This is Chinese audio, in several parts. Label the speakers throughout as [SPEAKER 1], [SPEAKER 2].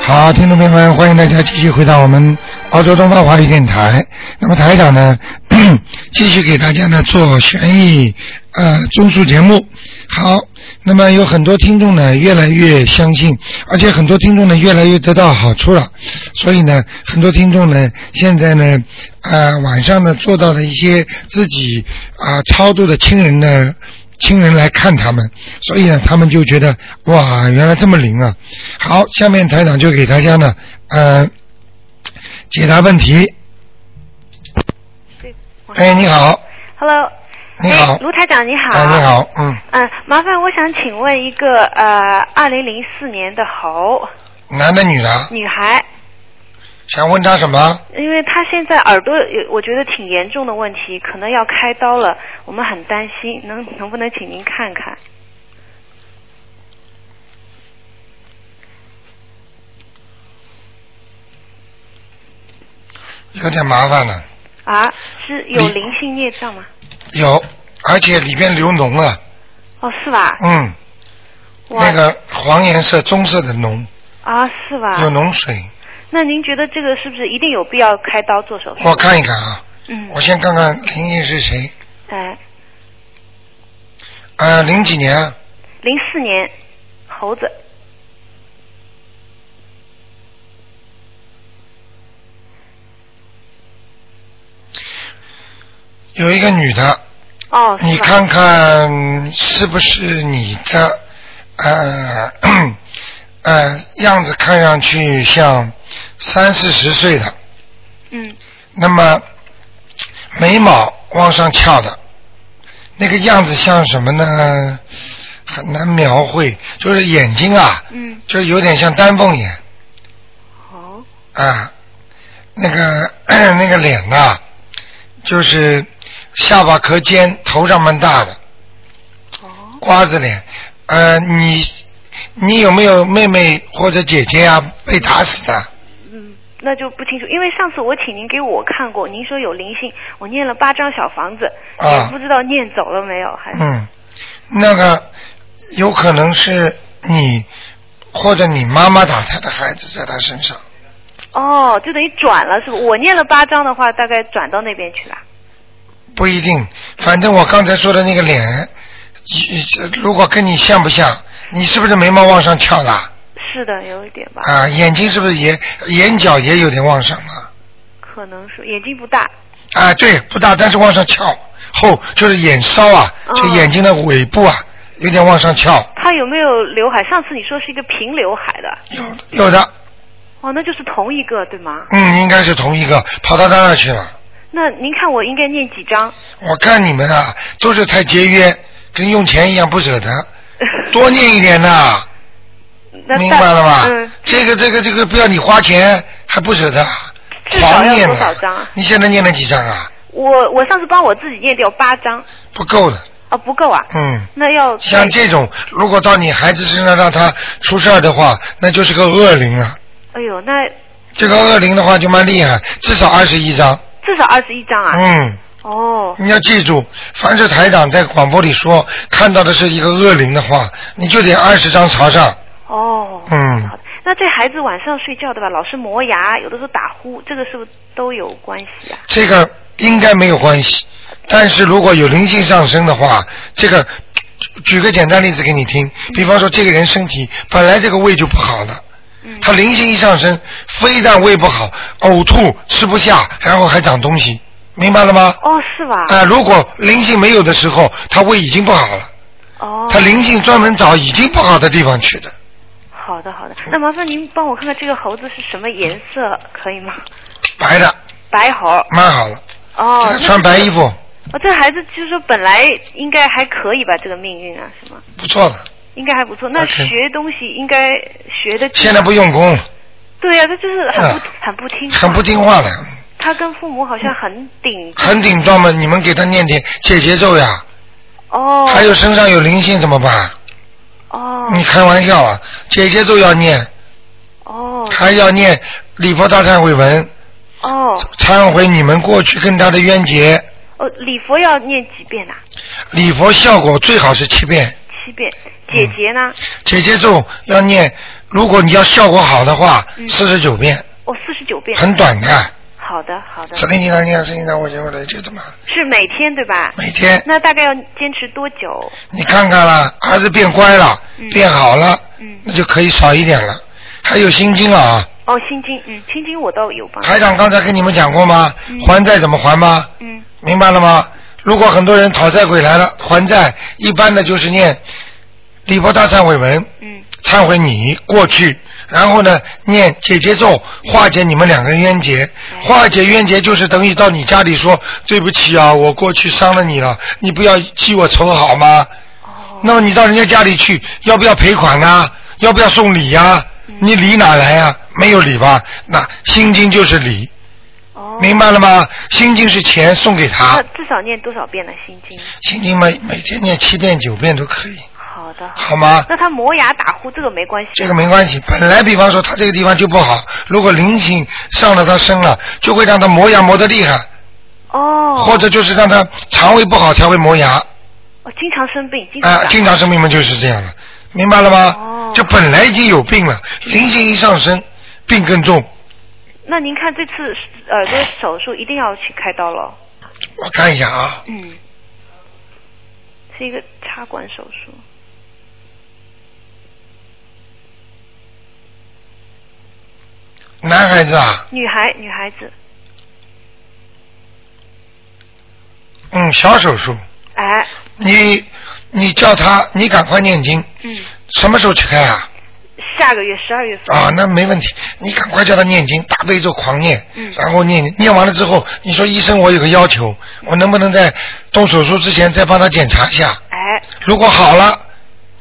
[SPEAKER 1] 好，听众朋友们，欢迎大家继续回到我们澳洲东方华语电台。那么台长呢， 继续给大家呢做悬疑呃综述节目。好，那么有很多听众呢越来越相信，而且很多听众呢越来越得到好处了。所以呢，很多听众呢现在呢呃晚上呢做到了一些自己啊、超度的亲人呢。亲人来看他们，所以呢，他们就觉得哇，原来这么灵啊！好，下面台长就给大家呢，呃，解答问题。哎，你好，
[SPEAKER 2] Hello，
[SPEAKER 1] 你好
[SPEAKER 2] 哎卢台长你好。
[SPEAKER 1] 哎，你。好，嗯，
[SPEAKER 2] 嗯，麻烦我想请问一个呃，二零零四年的猴
[SPEAKER 1] 男的女的，
[SPEAKER 2] 女孩，
[SPEAKER 1] 想问他什么？
[SPEAKER 2] 因为她现在耳朵有我觉得挺严重的问题，可能要开刀了，我们很担心，能能不能请您看看？
[SPEAKER 1] 有点麻烦了，
[SPEAKER 2] 啊，是有
[SPEAKER 1] 你
[SPEAKER 2] 灵性孽障吗？
[SPEAKER 1] 有，而且里边流脓了，
[SPEAKER 2] 哦，是吧？
[SPEAKER 1] 嗯，
[SPEAKER 2] 哇
[SPEAKER 1] 那个黄颜色、棕色的脓，
[SPEAKER 2] 啊，是吧？
[SPEAKER 1] 有脓水。
[SPEAKER 2] 那您觉得这个是不是一定有必要开刀做手术？
[SPEAKER 1] 我看一看啊，
[SPEAKER 2] 嗯，
[SPEAKER 1] 我先看看林毅是谁。
[SPEAKER 2] 哎，
[SPEAKER 1] 呃，零几年啊，
[SPEAKER 2] 零四年猴子，
[SPEAKER 1] 有一个女的，
[SPEAKER 2] 哦，是吧
[SPEAKER 1] 你看看是不是你的呃 呃样子看上去像三四十岁的，
[SPEAKER 2] 嗯，
[SPEAKER 1] 那么眉毛往上翘的，那个样子像什么呢？很难描绘，就是眼睛啊，
[SPEAKER 2] 嗯，
[SPEAKER 1] 就有点像丹凤眼
[SPEAKER 2] 哦，
[SPEAKER 1] 啊，那个 那个脸呐、就是下巴壳尖，头上蛮大的。
[SPEAKER 2] 哦，
[SPEAKER 1] 瓜子脸，呃，你你有没有妹妹或者姐姐啊被打死的？
[SPEAKER 2] 嗯，那就不清楚，因为上次我请您给我看过，您说有灵性，我念了八张小房子，
[SPEAKER 1] 啊
[SPEAKER 2] 也不知道念走了没有，还、
[SPEAKER 1] 嗯，那个有可能是你或者你妈妈打胎的孩子在她身上，
[SPEAKER 2] 哦，就等于转了是吧？我念了八张的话，大概转到那边去了。
[SPEAKER 1] 不一定。反正我刚才说的那个脸，一如果跟你像不像？你是不是眉毛往上翘了？
[SPEAKER 2] 是的，有一点吧，
[SPEAKER 1] 啊，眼睛是不是也眼角也有点往上了？
[SPEAKER 2] 可能是眼睛不大。
[SPEAKER 1] 啊，对，不大，但是往上翘，后就是眼梢啊，就
[SPEAKER 2] 哦
[SPEAKER 1] 眼睛的尾部啊，有点往上翘。
[SPEAKER 2] 他有没有刘海？上次你说是一个平刘海的，
[SPEAKER 1] 有的有的，
[SPEAKER 2] 哦，那就是同一个对吗？
[SPEAKER 1] 嗯，应该是同一个跑到他那儿去了。
[SPEAKER 2] 那您看我应该念几张？
[SPEAKER 1] 我看你们啊，都是太节约，跟用钱一样不舍得，多念一点呐、
[SPEAKER 2] 那
[SPEAKER 1] 明白了吧？
[SPEAKER 2] 嗯，
[SPEAKER 1] 这个这个这个，不要你花钱还不舍得，
[SPEAKER 2] 至少
[SPEAKER 1] 狂念
[SPEAKER 2] 要多
[SPEAKER 1] 呐
[SPEAKER 2] 少张啊
[SPEAKER 1] 你现在念了几张啊？
[SPEAKER 2] 我我上次帮我自己念掉八张，
[SPEAKER 1] 不够的，
[SPEAKER 2] 啊，不够啊，
[SPEAKER 1] 嗯。
[SPEAKER 2] 那要
[SPEAKER 1] 像这种，如果到你孩子身上让他出事儿的话，那就是个恶灵了。
[SPEAKER 2] 哎呦，那
[SPEAKER 1] 这个恶灵的话就蛮厉害，至少二十一张。
[SPEAKER 2] 至少二十一张啊。
[SPEAKER 1] 嗯。
[SPEAKER 2] 哦，
[SPEAKER 1] 你要记住，凡是台长在广播里说看到的是一个恶灵的话，你就得二十张朝上。
[SPEAKER 2] 哦，
[SPEAKER 1] 嗯
[SPEAKER 2] 好的。那这孩子晚上睡觉对吧，老是磨牙，有的时候打呼，这个是不是都有关系啊？
[SPEAKER 1] 这个应该没有关系。但是如果有灵性上升的话，这个举个简单例子给你听，比方说这个人身体本来这个胃就不好的，
[SPEAKER 2] 嗯，
[SPEAKER 1] 他灵性一上升，非但胃不好，呕吐吃不下，然后还长东西，明白了吗？
[SPEAKER 2] 哦，是吧？
[SPEAKER 1] 啊、如果灵性没有的时候，他胃已经不好了，
[SPEAKER 2] 哦，
[SPEAKER 1] 他灵性专门找已经不好的地方去的。
[SPEAKER 2] 好的好的。那麻烦您帮我看看这个猴子是什么颜色，可以吗？
[SPEAKER 1] 白的
[SPEAKER 2] 白猴。
[SPEAKER 1] 蛮好了，
[SPEAKER 2] 哦
[SPEAKER 1] 给他，嗯穿白衣服
[SPEAKER 2] 那。哦，这孩子就是说本来应该还可以吧，这个命运啊，是吗？
[SPEAKER 1] 不错的。
[SPEAKER 2] 应该还不错。那
[SPEAKER 1] OK
[SPEAKER 2] 学东西应该学的。
[SPEAKER 1] 现在不用功，
[SPEAKER 2] 对呀、他就是很不、
[SPEAKER 1] 嗯
[SPEAKER 2] 很不听话，
[SPEAKER 1] 很不听话的，
[SPEAKER 2] 他跟父母好像很顶。
[SPEAKER 1] 很顶撞嘛。你们给他念点解节咒呀，
[SPEAKER 2] 哦
[SPEAKER 1] 还有身上有灵性怎么办？
[SPEAKER 2] 哦
[SPEAKER 1] 你开玩笑啊？解节咒要念，
[SPEAKER 2] 哦
[SPEAKER 1] 还要念礼佛大忏悔文，
[SPEAKER 2] 哦
[SPEAKER 1] 忏悔你们过去跟他的冤结。
[SPEAKER 2] 哦，礼佛要念几遍啊呐、
[SPEAKER 1] 礼佛效果最好是七遍，
[SPEAKER 2] 七遍。姐姐呢？
[SPEAKER 1] 解节咒要念如果你要效果好的话，四十九遍，
[SPEAKER 2] 哦，嗯四十九遍，嗯
[SPEAKER 1] 很短的。
[SPEAKER 2] 好的，好的。
[SPEAKER 1] 指令你呢，你呢，指令啊呢，我就来就怎么？
[SPEAKER 2] 是每天对吧？
[SPEAKER 1] 每天
[SPEAKER 2] 那大概要坚持多久？
[SPEAKER 1] 你看看了，儿子变乖了，
[SPEAKER 2] 嗯
[SPEAKER 1] 变好了，
[SPEAKER 2] 嗯
[SPEAKER 1] 那就可以少一点了。还有心经啊，
[SPEAKER 2] 哦，心经，嗯，心经我倒有帮。
[SPEAKER 1] 台长刚才跟你们讲过吗？
[SPEAKER 2] 嗯
[SPEAKER 1] 还债怎么还吗？
[SPEAKER 2] 嗯，
[SPEAKER 1] 明白了吗？如果很多人讨债鬼来了还债，一般的就是念礼佛大忏悔文，
[SPEAKER 2] 嗯
[SPEAKER 1] 忏悔你过去，然后呢念解结咒，化解你们两个人冤结。
[SPEAKER 2] 哎
[SPEAKER 1] 化解冤结就是等于到你家里说对不起啊，我过去伤了你了，你不要记我仇好吗？
[SPEAKER 2] 哦，
[SPEAKER 1] 那么你到人家家里去，要不要赔款啊？要不要送礼呀、
[SPEAKER 2] 嗯
[SPEAKER 1] 你礼哪来呀、没有礼吧？那心经就是礼，
[SPEAKER 2] 哦，
[SPEAKER 1] 明白了吗？心经是钱送给
[SPEAKER 2] 那
[SPEAKER 1] 他，
[SPEAKER 2] 至少念多少遍呢？心经？
[SPEAKER 1] 心经每每天念七遍九遍都可以，
[SPEAKER 2] 好的，好的。
[SPEAKER 1] 好吗？
[SPEAKER 2] 那他磨牙打呼这个没关系。
[SPEAKER 1] 这个没关系，本来比方说他这个地方就不好，如果灵性上了他身了，就会让他磨牙磨得厉害，
[SPEAKER 2] 哦。
[SPEAKER 1] 或者就是让他肠胃不好才会磨牙啊、
[SPEAKER 2] 哦，经常生病，经常打。
[SPEAKER 1] 经常生病嘛就是这样了，明白了吗
[SPEAKER 2] 哦？
[SPEAKER 1] 就本来已经有病了，灵性一上身，病更重。
[SPEAKER 2] 那您看这次耳朵手术一定要去开刀了。
[SPEAKER 1] 我看一下啊，
[SPEAKER 2] 嗯。是一个插管手术。
[SPEAKER 1] 男孩子啊，
[SPEAKER 2] 女孩，女孩子，
[SPEAKER 1] 嗯，小手术，
[SPEAKER 2] 哎，
[SPEAKER 1] 你你叫他，你赶快念经，
[SPEAKER 2] 嗯，
[SPEAKER 1] 什么时候去开啊？
[SPEAKER 2] 下个月十二月份。
[SPEAKER 1] 啊，那没问题，你赶快叫他念经，大悲咒狂念，
[SPEAKER 2] 嗯
[SPEAKER 1] 然后念念完了之后，你说医生，我有个要求，我能不能在动手术之前再帮他检查一下？
[SPEAKER 2] 哎，
[SPEAKER 1] 如果好了，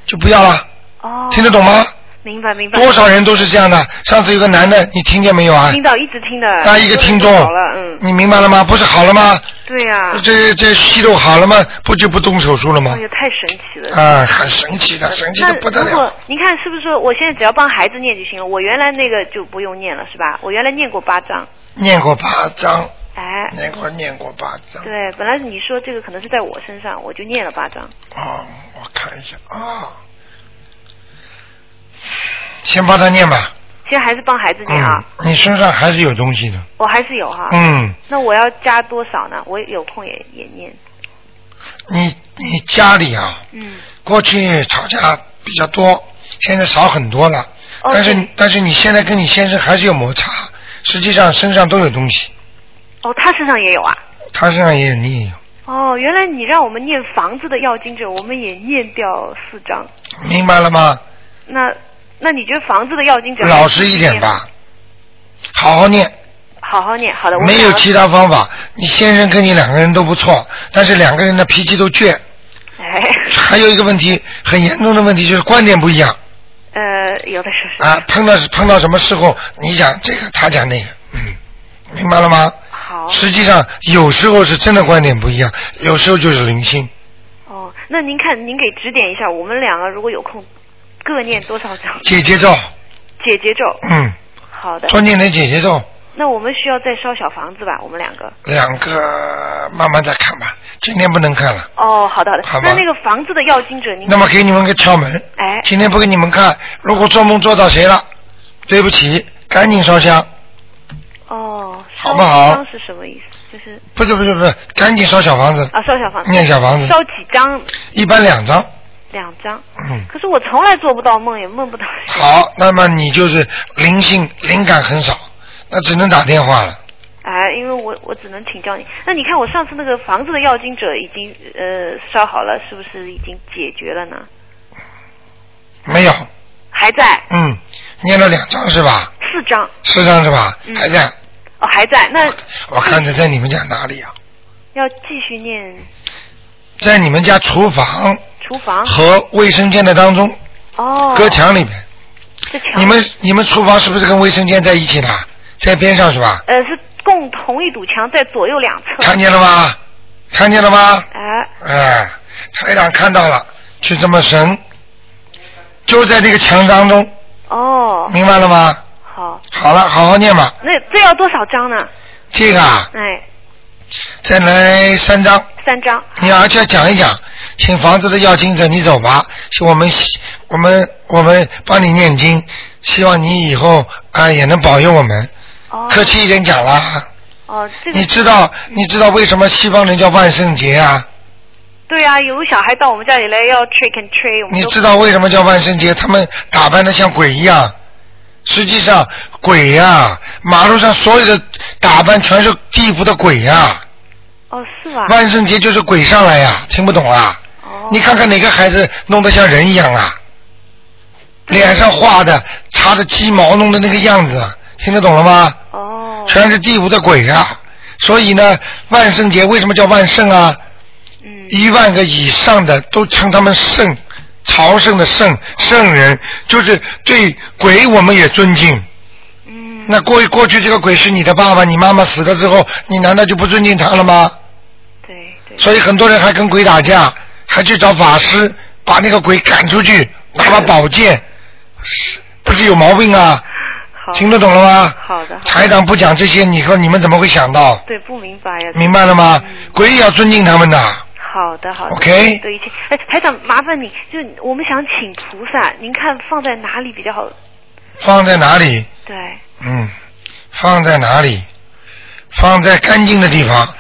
[SPEAKER 1] 就不要了，
[SPEAKER 2] 哦。
[SPEAKER 1] 听得懂吗？
[SPEAKER 2] 明白，明白。
[SPEAKER 1] 多少人都是这样的。上次有个男的，你听见没有啊？
[SPEAKER 2] 听到一直听的。
[SPEAKER 1] 他一个听众
[SPEAKER 2] 好了，，嗯，
[SPEAKER 1] 你明白了吗？不是好了吗？
[SPEAKER 2] 对呀、
[SPEAKER 1] 这这息肉好了吗？不就不动手术了吗
[SPEAKER 2] 哎？呀，太神奇了。
[SPEAKER 1] 啊，很神奇的，神奇
[SPEAKER 2] 那
[SPEAKER 1] 的不得
[SPEAKER 2] 如
[SPEAKER 1] 了
[SPEAKER 2] 果。您看是不是说我现在只要帮孩子念就行了？我原来那个就不用念了是吧？我原来念过八章，
[SPEAKER 1] 念过八章，
[SPEAKER 2] 哎，
[SPEAKER 1] 念过念过八章。
[SPEAKER 2] 对，本来你说这个可能是在我身上，我就念了八章。
[SPEAKER 1] 哦，我看一下啊、先帮他念吧。
[SPEAKER 2] 现在还是帮孩子念
[SPEAKER 1] 嗯
[SPEAKER 2] 啊，，
[SPEAKER 1] 你身上还是有东西的。
[SPEAKER 2] 我还是有哈。
[SPEAKER 1] 嗯，
[SPEAKER 2] 那我要加多少呢？我有空也也念。
[SPEAKER 1] 你你家里啊，
[SPEAKER 2] 嗯，
[SPEAKER 1] 过去吵架比较多，现在少很多了。
[SPEAKER 2] 哦
[SPEAKER 1] 但是
[SPEAKER 2] 对
[SPEAKER 1] 但是你现在跟你先生还是有摩擦，实际上身上都有东西，
[SPEAKER 2] 哦，他身上也有啊。
[SPEAKER 1] 他身上也有，你也有。
[SPEAKER 2] 哦，原来你让我们念房子的要经者，我们也念掉四章。
[SPEAKER 1] 明白了吗？
[SPEAKER 2] 那那你觉得房子的要经者
[SPEAKER 1] 老实一点？吧，好好念。
[SPEAKER 2] 好好念，好的，我
[SPEAKER 1] 没有
[SPEAKER 2] 想要
[SPEAKER 1] 其他方法。你先生跟你两个人都不错，但是两个人的脾气都倔。
[SPEAKER 2] 哎，
[SPEAKER 1] 还有一个问题，很严重的问题就是观点不一样
[SPEAKER 2] 呃，有的时候是
[SPEAKER 1] 啊，碰到碰到什么时候，你讲这个，他讲那个，嗯，明白了吗？
[SPEAKER 2] 好
[SPEAKER 1] 实际上有时候是真的观点不一样，有时候就是零星。
[SPEAKER 2] 哦。那您看，您给指点一下，我们两个如果有空，各念多 少章
[SPEAKER 1] 姐姐咒，
[SPEAKER 2] 解结咒？
[SPEAKER 1] 嗯，
[SPEAKER 2] 好的，
[SPEAKER 1] 多念点姐姐咒，
[SPEAKER 2] 那我们需要再烧小房子吧？我们两个。
[SPEAKER 1] 两个慢慢再看吧，今天不能看了。
[SPEAKER 2] 哦，好的好的。
[SPEAKER 1] 好吧
[SPEAKER 2] 那那个房子的要经者，您
[SPEAKER 1] 那么给你们个窍门，
[SPEAKER 2] 哎，
[SPEAKER 1] 今天不给你们看，如果做梦做到谁了，对不起，赶紧烧香。
[SPEAKER 2] 哦，
[SPEAKER 1] 好不好
[SPEAKER 2] 烧章是什么意思？就是
[SPEAKER 1] 不是不是不是，赶紧烧小房子，
[SPEAKER 2] 啊，烧小房子，
[SPEAKER 1] 念小房子，
[SPEAKER 2] 烧几张？
[SPEAKER 1] 一般两张。
[SPEAKER 2] 两张。
[SPEAKER 1] 嗯，
[SPEAKER 2] 可是我从来做不到梦，也梦不到 谁。
[SPEAKER 1] 好，那么你就是灵性灵感很少，那只能打电话了。
[SPEAKER 2] 哎，因为我我只能请教你。那你看我上次那个房子的要经者已经呃烧好了，是不是已经解决了呢？
[SPEAKER 1] 没有，
[SPEAKER 2] 还在
[SPEAKER 1] 嗯，念了两张是吧？
[SPEAKER 2] 四张
[SPEAKER 1] 四张是吧？
[SPEAKER 2] 嗯
[SPEAKER 1] 还在，
[SPEAKER 2] 哦，还在。那
[SPEAKER 1] 我看着在你们家哪里啊？
[SPEAKER 2] 要继续念
[SPEAKER 1] 在你们家厨房
[SPEAKER 2] 厨房
[SPEAKER 1] 和卫生间的当中，
[SPEAKER 2] 哦，
[SPEAKER 1] 隔墙里面。
[SPEAKER 2] 这墙
[SPEAKER 1] 你们你们厨房是不是跟卫生间在一起的？在边上是吧？
[SPEAKER 2] 呃是共同一堵墙，在左右两侧。
[SPEAKER 1] 看见了吗？看见了吗？
[SPEAKER 2] 哎
[SPEAKER 1] 哎，台长看到了，去这么神，就在这个墙当中，
[SPEAKER 2] 哦，
[SPEAKER 1] 明白了吗？
[SPEAKER 2] 好，
[SPEAKER 1] 好了，好好念吧。
[SPEAKER 2] 那这要多少张呢？
[SPEAKER 1] 这个啊，
[SPEAKER 2] 哎，
[SPEAKER 1] 再来三张，
[SPEAKER 2] 三张。
[SPEAKER 1] 你而且讲一讲，请房子的要经者你走吧，是我们我们我们帮你念经，希望你以后啊、也能保佑我们。
[SPEAKER 2] 哦
[SPEAKER 1] 客气一点讲啦，
[SPEAKER 2] 哦，这个
[SPEAKER 1] 你知道你知道为什么西方人叫万圣节啊？
[SPEAKER 2] 对啊，有小孩到我们家里来要 trick and treat，我们
[SPEAKER 1] 你
[SPEAKER 2] 都
[SPEAKER 1] 知道为什么叫万圣节？他们打扮的像鬼一样，实际上鬼呀、马路上所有的打扮全是地府的鬼呀、
[SPEAKER 2] 哦是吧？
[SPEAKER 1] 万圣节就是鬼上来呀、听不懂啊？
[SPEAKER 2] 哦，
[SPEAKER 1] 你看看哪个孩子弄得像人一样啊？脸上画的、擦着鸡毛弄的那个样子，啊听得懂了吗？
[SPEAKER 2] 哦，
[SPEAKER 1] 全是地府的鬼啊！所以呢，万圣节为什么叫万圣啊？
[SPEAKER 2] 嗯
[SPEAKER 1] 一万个以上的都称他们圣，朝圣的圣圣人，就是对鬼我们也尊敬。
[SPEAKER 2] 嗯，
[SPEAKER 1] 那过过去这个鬼是你的爸爸，你妈妈死了之后，你难道就不尊敬他了吗？
[SPEAKER 2] 对对，
[SPEAKER 1] 所以很多人还跟鬼打架，还去找法师把那个鬼赶出去，拿把宝剑，是不是有毛病啊？
[SPEAKER 2] 好，
[SPEAKER 1] 听得懂了吗？
[SPEAKER 2] 好的，好的
[SPEAKER 1] 台长不讲这些，你说你们怎么会想到？
[SPEAKER 2] 对不明白呀，
[SPEAKER 1] 明白了吗
[SPEAKER 2] 嗯？
[SPEAKER 1] 鬼也要尊敬他们的。
[SPEAKER 2] 好的，好的。
[SPEAKER 1] OK
[SPEAKER 2] 对，一切。哎，台长，麻烦你，就我们想请菩萨，您看放在哪里比较好？
[SPEAKER 1] 放在哪里？
[SPEAKER 2] 对，
[SPEAKER 1] 嗯，放在哪里？放在干净的地方，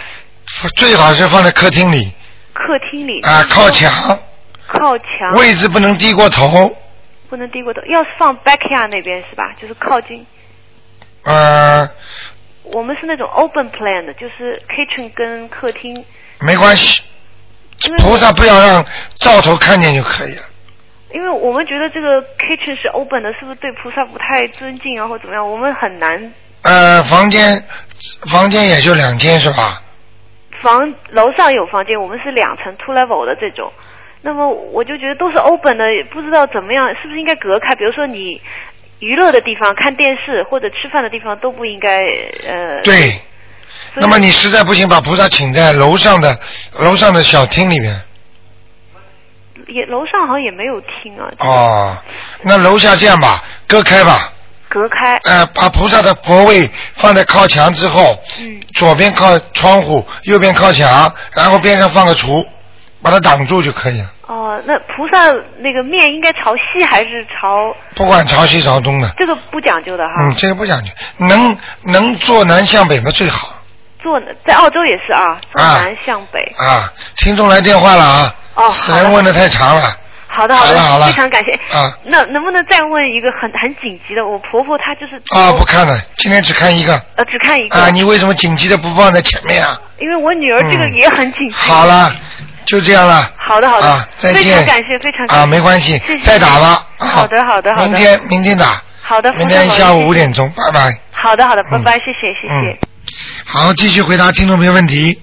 [SPEAKER 1] 最好是放在客厅里
[SPEAKER 2] 客厅里。
[SPEAKER 1] 啊，靠。墙，
[SPEAKER 2] 靠墙。
[SPEAKER 1] 位置不能低过头。
[SPEAKER 2] 不能低过头，要是放 backyard 那边是吧？就是靠近。
[SPEAKER 1] 呃，
[SPEAKER 2] 我们是那种 open plan 的，就是 kitchen 跟客厅。
[SPEAKER 1] 没关系，
[SPEAKER 2] 因为
[SPEAKER 1] 菩萨不要让灶头看见就可以了。
[SPEAKER 2] 因为我们觉得这个 kitchen 是 open 的，是不是对菩萨不太尊敬啊，或怎么样？我们很难。
[SPEAKER 1] 呃，房间房间也就两间是吧？
[SPEAKER 2] 房楼上有房间，我们是两层 two level 的这种。那么我就觉得都是 open 的，也不知道怎么样，是不是应该隔开？比如说你娱乐的地方、看电视或者吃饭的地方都不应该呃。。
[SPEAKER 1] 对。那么你实在不行，把菩萨请在楼上的楼上的小厅里面。
[SPEAKER 2] 也楼上好像也没有厅啊，
[SPEAKER 1] 哦，那楼下这样吧，割开吧。
[SPEAKER 2] 隔开。
[SPEAKER 1] 呃，把菩萨的佛位放在靠墙之后，
[SPEAKER 2] 嗯，
[SPEAKER 1] 左边靠窗户，右边靠墙，然后边上放个橱，把它挡住就可以了。
[SPEAKER 2] 哦，那菩萨那个面应该朝西还是朝？
[SPEAKER 1] 不管朝西朝东的，
[SPEAKER 2] 这个不讲究的哈。
[SPEAKER 1] 嗯，这个不讲究，能能坐南向北嘛最好
[SPEAKER 2] 坐在澳洲也是啊，坐
[SPEAKER 1] 啊
[SPEAKER 2] 南向北。
[SPEAKER 1] 啊。听众来电话了啊，
[SPEAKER 2] 哦
[SPEAKER 1] 死
[SPEAKER 2] 好的
[SPEAKER 1] 人问的太长了，
[SPEAKER 2] 好的
[SPEAKER 1] 好
[SPEAKER 2] 的，
[SPEAKER 1] 了好了
[SPEAKER 2] 非常感谢。
[SPEAKER 1] 啊
[SPEAKER 2] 那能不能再问一个很很紧急的？我婆婆她就是
[SPEAKER 1] 啊，不看了，今天只看一个
[SPEAKER 2] 呃只看一个
[SPEAKER 1] 啊。你为什么紧急的不放在前面啊？
[SPEAKER 2] 因为我女儿这个
[SPEAKER 1] 嗯
[SPEAKER 2] 也很紧急。
[SPEAKER 1] 好了，就这样了。
[SPEAKER 2] 好的好的
[SPEAKER 1] 啊，再见。
[SPEAKER 2] 非常感谢非常感谢
[SPEAKER 1] 啊，没关系，
[SPEAKER 2] 谢谢
[SPEAKER 1] 再打吧。啊
[SPEAKER 2] 好的好的好的
[SPEAKER 1] 明天明天打，
[SPEAKER 2] 好的，
[SPEAKER 1] 明
[SPEAKER 2] 非常
[SPEAKER 1] 天
[SPEAKER 2] 好
[SPEAKER 1] 下
[SPEAKER 2] 谢
[SPEAKER 1] 午
[SPEAKER 2] 谢
[SPEAKER 1] 五点钟，拜拜。
[SPEAKER 2] 好的好的，拜
[SPEAKER 1] 嗯
[SPEAKER 2] 拜，谢谢谢谢。
[SPEAKER 1] 嗯好，继续回答听众朋友问题。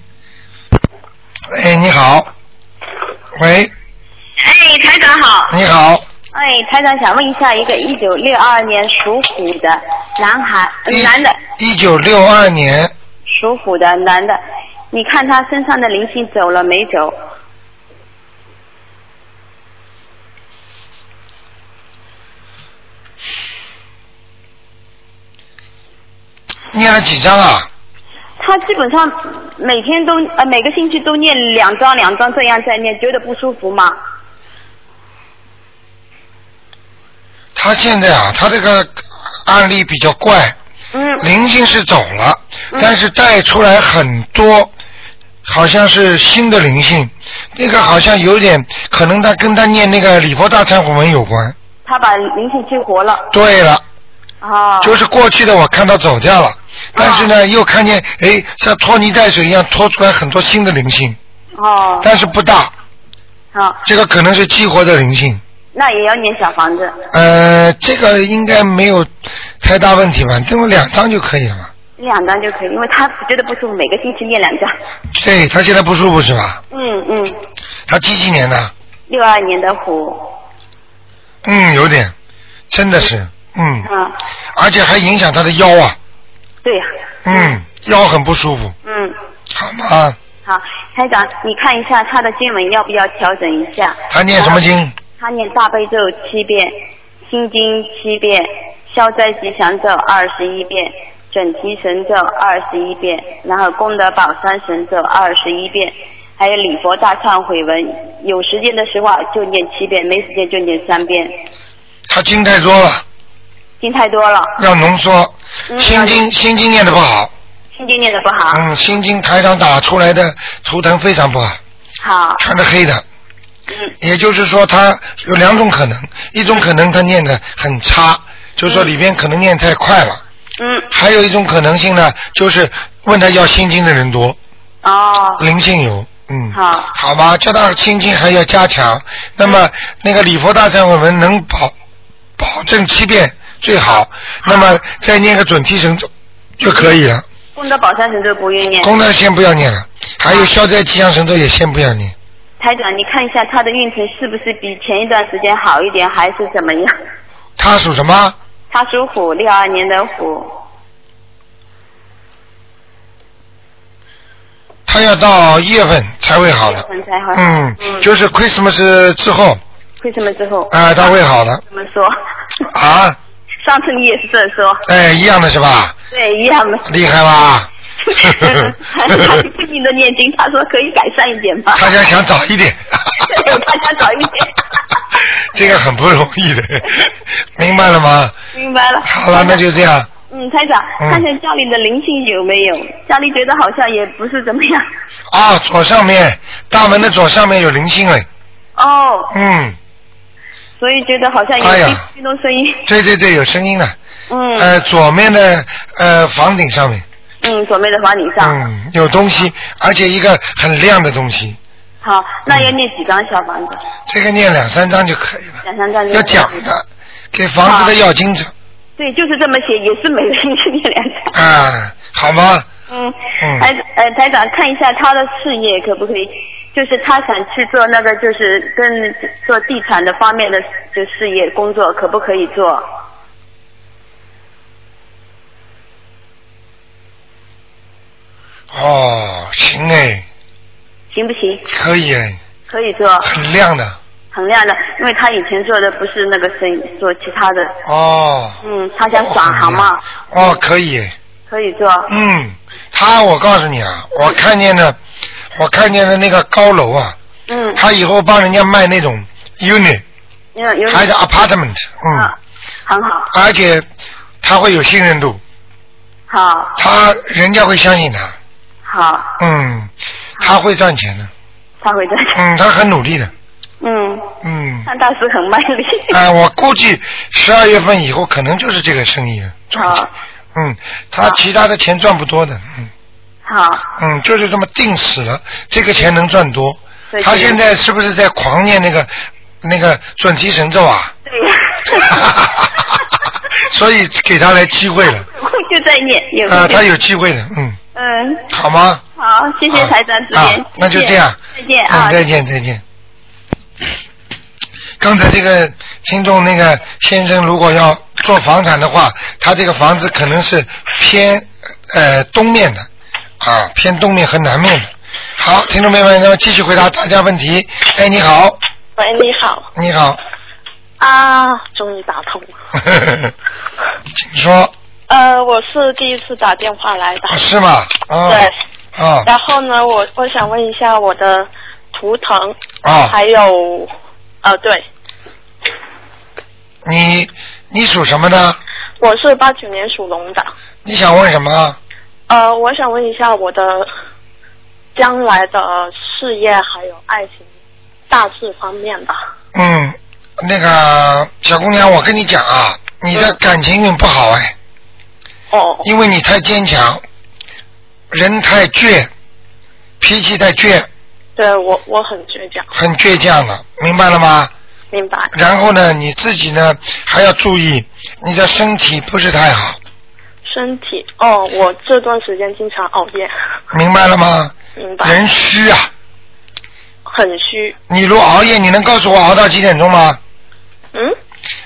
[SPEAKER 1] 哎，你好。喂，
[SPEAKER 3] 哎，台长好。
[SPEAKER 1] 你好，
[SPEAKER 3] 哎，台长想问一下，一个一九六二年属虎的男孩，呃
[SPEAKER 1] 一
[SPEAKER 3] 男的，
[SPEAKER 1] 一九六二年
[SPEAKER 3] 属虎的男的，你看他身上的灵性走了没走？
[SPEAKER 1] 念了几张啊？
[SPEAKER 3] 他基本上每天都呃每个星期都念两张两张这样在念，觉得不舒服吗？
[SPEAKER 1] 他现在啊，他这个案例比较怪，
[SPEAKER 3] 嗯
[SPEAKER 1] 灵性是走了，但是带出来很多，好像是新的灵性，那个好像有点可能他跟他念那个礼佛大忏悔文有关。
[SPEAKER 3] 他把灵性激活了。
[SPEAKER 1] 对了，
[SPEAKER 3] 哦。
[SPEAKER 1] 就是过去的我看到走掉了，但是呢又看见哎像拖泥带水一样拖出来很多新的灵性，
[SPEAKER 3] 哦。
[SPEAKER 1] 但是不大，
[SPEAKER 3] 好，
[SPEAKER 1] 这个可能是激活的灵性。
[SPEAKER 3] 那也要念小房子。
[SPEAKER 1] 呃，这个应该没有太大问题吧？这么两张就可以了嘛。
[SPEAKER 3] 两张就可以，因为他觉得不舒服，每个星期念两张。
[SPEAKER 1] 对哎他现在不舒服是吧？
[SPEAKER 3] 嗯嗯，
[SPEAKER 1] 他几几年的？
[SPEAKER 3] 六二年的虎，
[SPEAKER 1] 嗯，有点，真的是，嗯，
[SPEAKER 3] 啊，
[SPEAKER 1] 而且还影响他的腰啊，
[SPEAKER 3] 对呀、
[SPEAKER 1] 嗯，腰很不舒服，
[SPEAKER 3] 嗯，
[SPEAKER 1] 好吗？
[SPEAKER 3] 好，台长，你看一下他的经文要不要调整一下？
[SPEAKER 1] 他念什么经？
[SPEAKER 3] 他念大悲咒七遍，心经七遍，消灾吉祥咒二十一遍，准提神咒二十一遍，然后功德宝山神咒二十一遍，还有礼佛大忏悔文，有时间的时候啊就念七遍，没时间就念三遍。
[SPEAKER 1] 他经太多了，
[SPEAKER 3] 经太多了，
[SPEAKER 1] 要浓缩。
[SPEAKER 3] 嗯
[SPEAKER 1] 心经心经念的不好，
[SPEAKER 3] 心经念的不好。
[SPEAKER 1] 嗯，心经台上打出来的图腾非常不好，
[SPEAKER 3] 好，
[SPEAKER 1] 全是黑的。
[SPEAKER 3] 嗯
[SPEAKER 1] 也就是说，他有两种可能，一种可能他念的很差，就是说里边可能念太快了；
[SPEAKER 3] 嗯，
[SPEAKER 1] 还有一种可能性呢，就是问他要心经的人多，
[SPEAKER 3] 哦，
[SPEAKER 1] 灵性有。嗯，
[SPEAKER 3] 好
[SPEAKER 1] 好吧，叫他心经还要加强。那么那个礼佛大忏悔文能保保证七遍最好，那么再念个准提神咒就可以了。
[SPEAKER 3] 功德宝山神咒不用念。
[SPEAKER 1] 功德先不要念了，还有消灾吉祥神咒也先不要念。
[SPEAKER 3] 台长，你看一下他的运程是不是比前一段时间好一点，还是怎么样？
[SPEAKER 1] 他属什么？
[SPEAKER 3] 他属虎，六二年的虎。
[SPEAKER 1] 他要到一月份才会好的。
[SPEAKER 3] 一月份才好
[SPEAKER 1] 嗯，
[SPEAKER 3] 嗯
[SPEAKER 1] 就是 Christmas 之后
[SPEAKER 3] 为什么之后？
[SPEAKER 1] 啊、他会好的
[SPEAKER 3] 这么说。
[SPEAKER 1] 啊，
[SPEAKER 3] 上次你也是这么说。
[SPEAKER 1] 哎，一样的是吧？
[SPEAKER 3] 对，一样的。？
[SPEAKER 1] 厉害吧
[SPEAKER 3] 他是不停的念经，他说可以改善一点吧。
[SPEAKER 1] 大家想早一点。
[SPEAKER 3] 对，大家早一点。
[SPEAKER 1] 这个很不容易的，明白了吗？
[SPEAKER 3] 明白了。
[SPEAKER 1] 好了，那就这样。
[SPEAKER 3] 嗯，台长，
[SPEAKER 1] 嗯
[SPEAKER 3] 看看家里的灵性有没有？家里觉得好像也不是怎么 样。
[SPEAKER 1] 啊，左上面大门的左上面有灵性了，
[SPEAKER 3] 哦，
[SPEAKER 1] 嗯，
[SPEAKER 3] 所以觉得好像有
[SPEAKER 1] 哎呀
[SPEAKER 3] 推推动声音。
[SPEAKER 1] 对对对，有声音了。
[SPEAKER 3] 嗯
[SPEAKER 1] 呃，左面的呃房顶上面，
[SPEAKER 3] 嗯，左面的房顶上。
[SPEAKER 1] 嗯，有东西，而且一个很亮的东西，
[SPEAKER 3] 好，那要念几张小房子？
[SPEAKER 1] 这个念两三张就可以了。
[SPEAKER 3] 两三张就
[SPEAKER 1] 要讲的，给房子的要经者
[SPEAKER 3] 对，就是这么写，也是每个星期念两张。
[SPEAKER 1] 啊，好吗？
[SPEAKER 3] 嗯
[SPEAKER 1] 嗯，
[SPEAKER 3] 台呃台长看一下他的事业可不可以？就是他想去做那个，就是跟做地产的方面的就事业工作，可不可以做？
[SPEAKER 1] 哦，行哎，
[SPEAKER 3] 行不行？
[SPEAKER 1] 可以哎，
[SPEAKER 3] 可以做，
[SPEAKER 1] 很亮的
[SPEAKER 3] 很亮的，因为他以前做的不是那个生意，做其他的，
[SPEAKER 1] 哦。
[SPEAKER 3] 嗯，他想转行嘛，
[SPEAKER 1] 哦，可以哎，
[SPEAKER 3] 可以做。
[SPEAKER 1] 嗯，他我告诉你啊，我看见的，我看见的那个高楼啊，
[SPEAKER 3] 嗯，
[SPEAKER 1] 他以后帮人家卖那种 unit
[SPEAKER 3] 有有
[SPEAKER 1] 还是 apartment，
[SPEAKER 3] 啊
[SPEAKER 1] 嗯，
[SPEAKER 3] 很好，
[SPEAKER 1] 而且他会有信任度，
[SPEAKER 3] 好，
[SPEAKER 1] 他人家会相信他，
[SPEAKER 3] 好，
[SPEAKER 1] 嗯，他会赚钱的，
[SPEAKER 3] 他会在，
[SPEAKER 1] 嗯，他很努力的，
[SPEAKER 3] 嗯，
[SPEAKER 1] 嗯。
[SPEAKER 3] 他倒是很卖 力。
[SPEAKER 1] 啊、我估计十二月份以后可能就是这个生意了，赚钱
[SPEAKER 4] 哦
[SPEAKER 3] 好。
[SPEAKER 1] 嗯，他其他的钱赚不多的，嗯
[SPEAKER 3] 好，
[SPEAKER 1] 嗯，就是这么定死了，这个钱能赚多
[SPEAKER 3] 对。
[SPEAKER 1] 他
[SPEAKER 3] 对
[SPEAKER 1] 现在是不是在狂念那个那个准提神咒 啊？
[SPEAKER 3] 对 呀。
[SPEAKER 1] 所以给他来机会了，
[SPEAKER 3] 就在念，有
[SPEAKER 1] 啊、他有机会的，嗯，
[SPEAKER 3] 嗯，
[SPEAKER 1] 好吗？
[SPEAKER 3] 好，谢谢
[SPEAKER 1] 啊
[SPEAKER 3] 台长指
[SPEAKER 1] 啊
[SPEAKER 3] 点，
[SPEAKER 1] 那就这样，
[SPEAKER 3] 再见
[SPEAKER 1] 嗯
[SPEAKER 3] 啊，
[SPEAKER 1] 再见再见。刚才这个听众那个先生，如果要做房产的话，他这个房子可能是偏呃东面的，啊，偏东面和南面的。好，听众朋友们，那么继续回答大家问题。哎，你好，
[SPEAKER 5] 喂，你好
[SPEAKER 1] 你 好，
[SPEAKER 5] 啊，终于打通了。
[SPEAKER 1] 请说，
[SPEAKER 5] 呃，我是第一次打电话来的
[SPEAKER 1] 啊、，是吗？啊，
[SPEAKER 5] 对。
[SPEAKER 1] 啊
[SPEAKER 5] 然后呢，我我想问一下我的图腾，
[SPEAKER 1] 啊，
[SPEAKER 5] 还有呃，对，
[SPEAKER 1] 你你属什么呢？
[SPEAKER 5] 我是八九年属龙的。
[SPEAKER 1] 你想问什么？
[SPEAKER 5] 呃，我想问一下我的将来的事业还有爱情大致方面的。
[SPEAKER 1] 嗯，那个小姑娘，我跟你讲啊，你的感情运不好哎，
[SPEAKER 5] 哦，
[SPEAKER 1] 因为你太坚强，人太倔，脾气太倔，
[SPEAKER 5] 对我我很倔强，
[SPEAKER 1] 很倔强的，明白了吗？
[SPEAKER 5] 明白？
[SPEAKER 1] 然后呢，你自己呢还要注意，你的身体不是太好，
[SPEAKER 5] 身体哦，我这段时间经常熬夜，
[SPEAKER 1] 明白了吗？
[SPEAKER 5] 明白？
[SPEAKER 1] 人虚啊，
[SPEAKER 5] 很虚，
[SPEAKER 1] 你如果熬夜，你能告诉我熬到几点钟吗？
[SPEAKER 5] 嗯。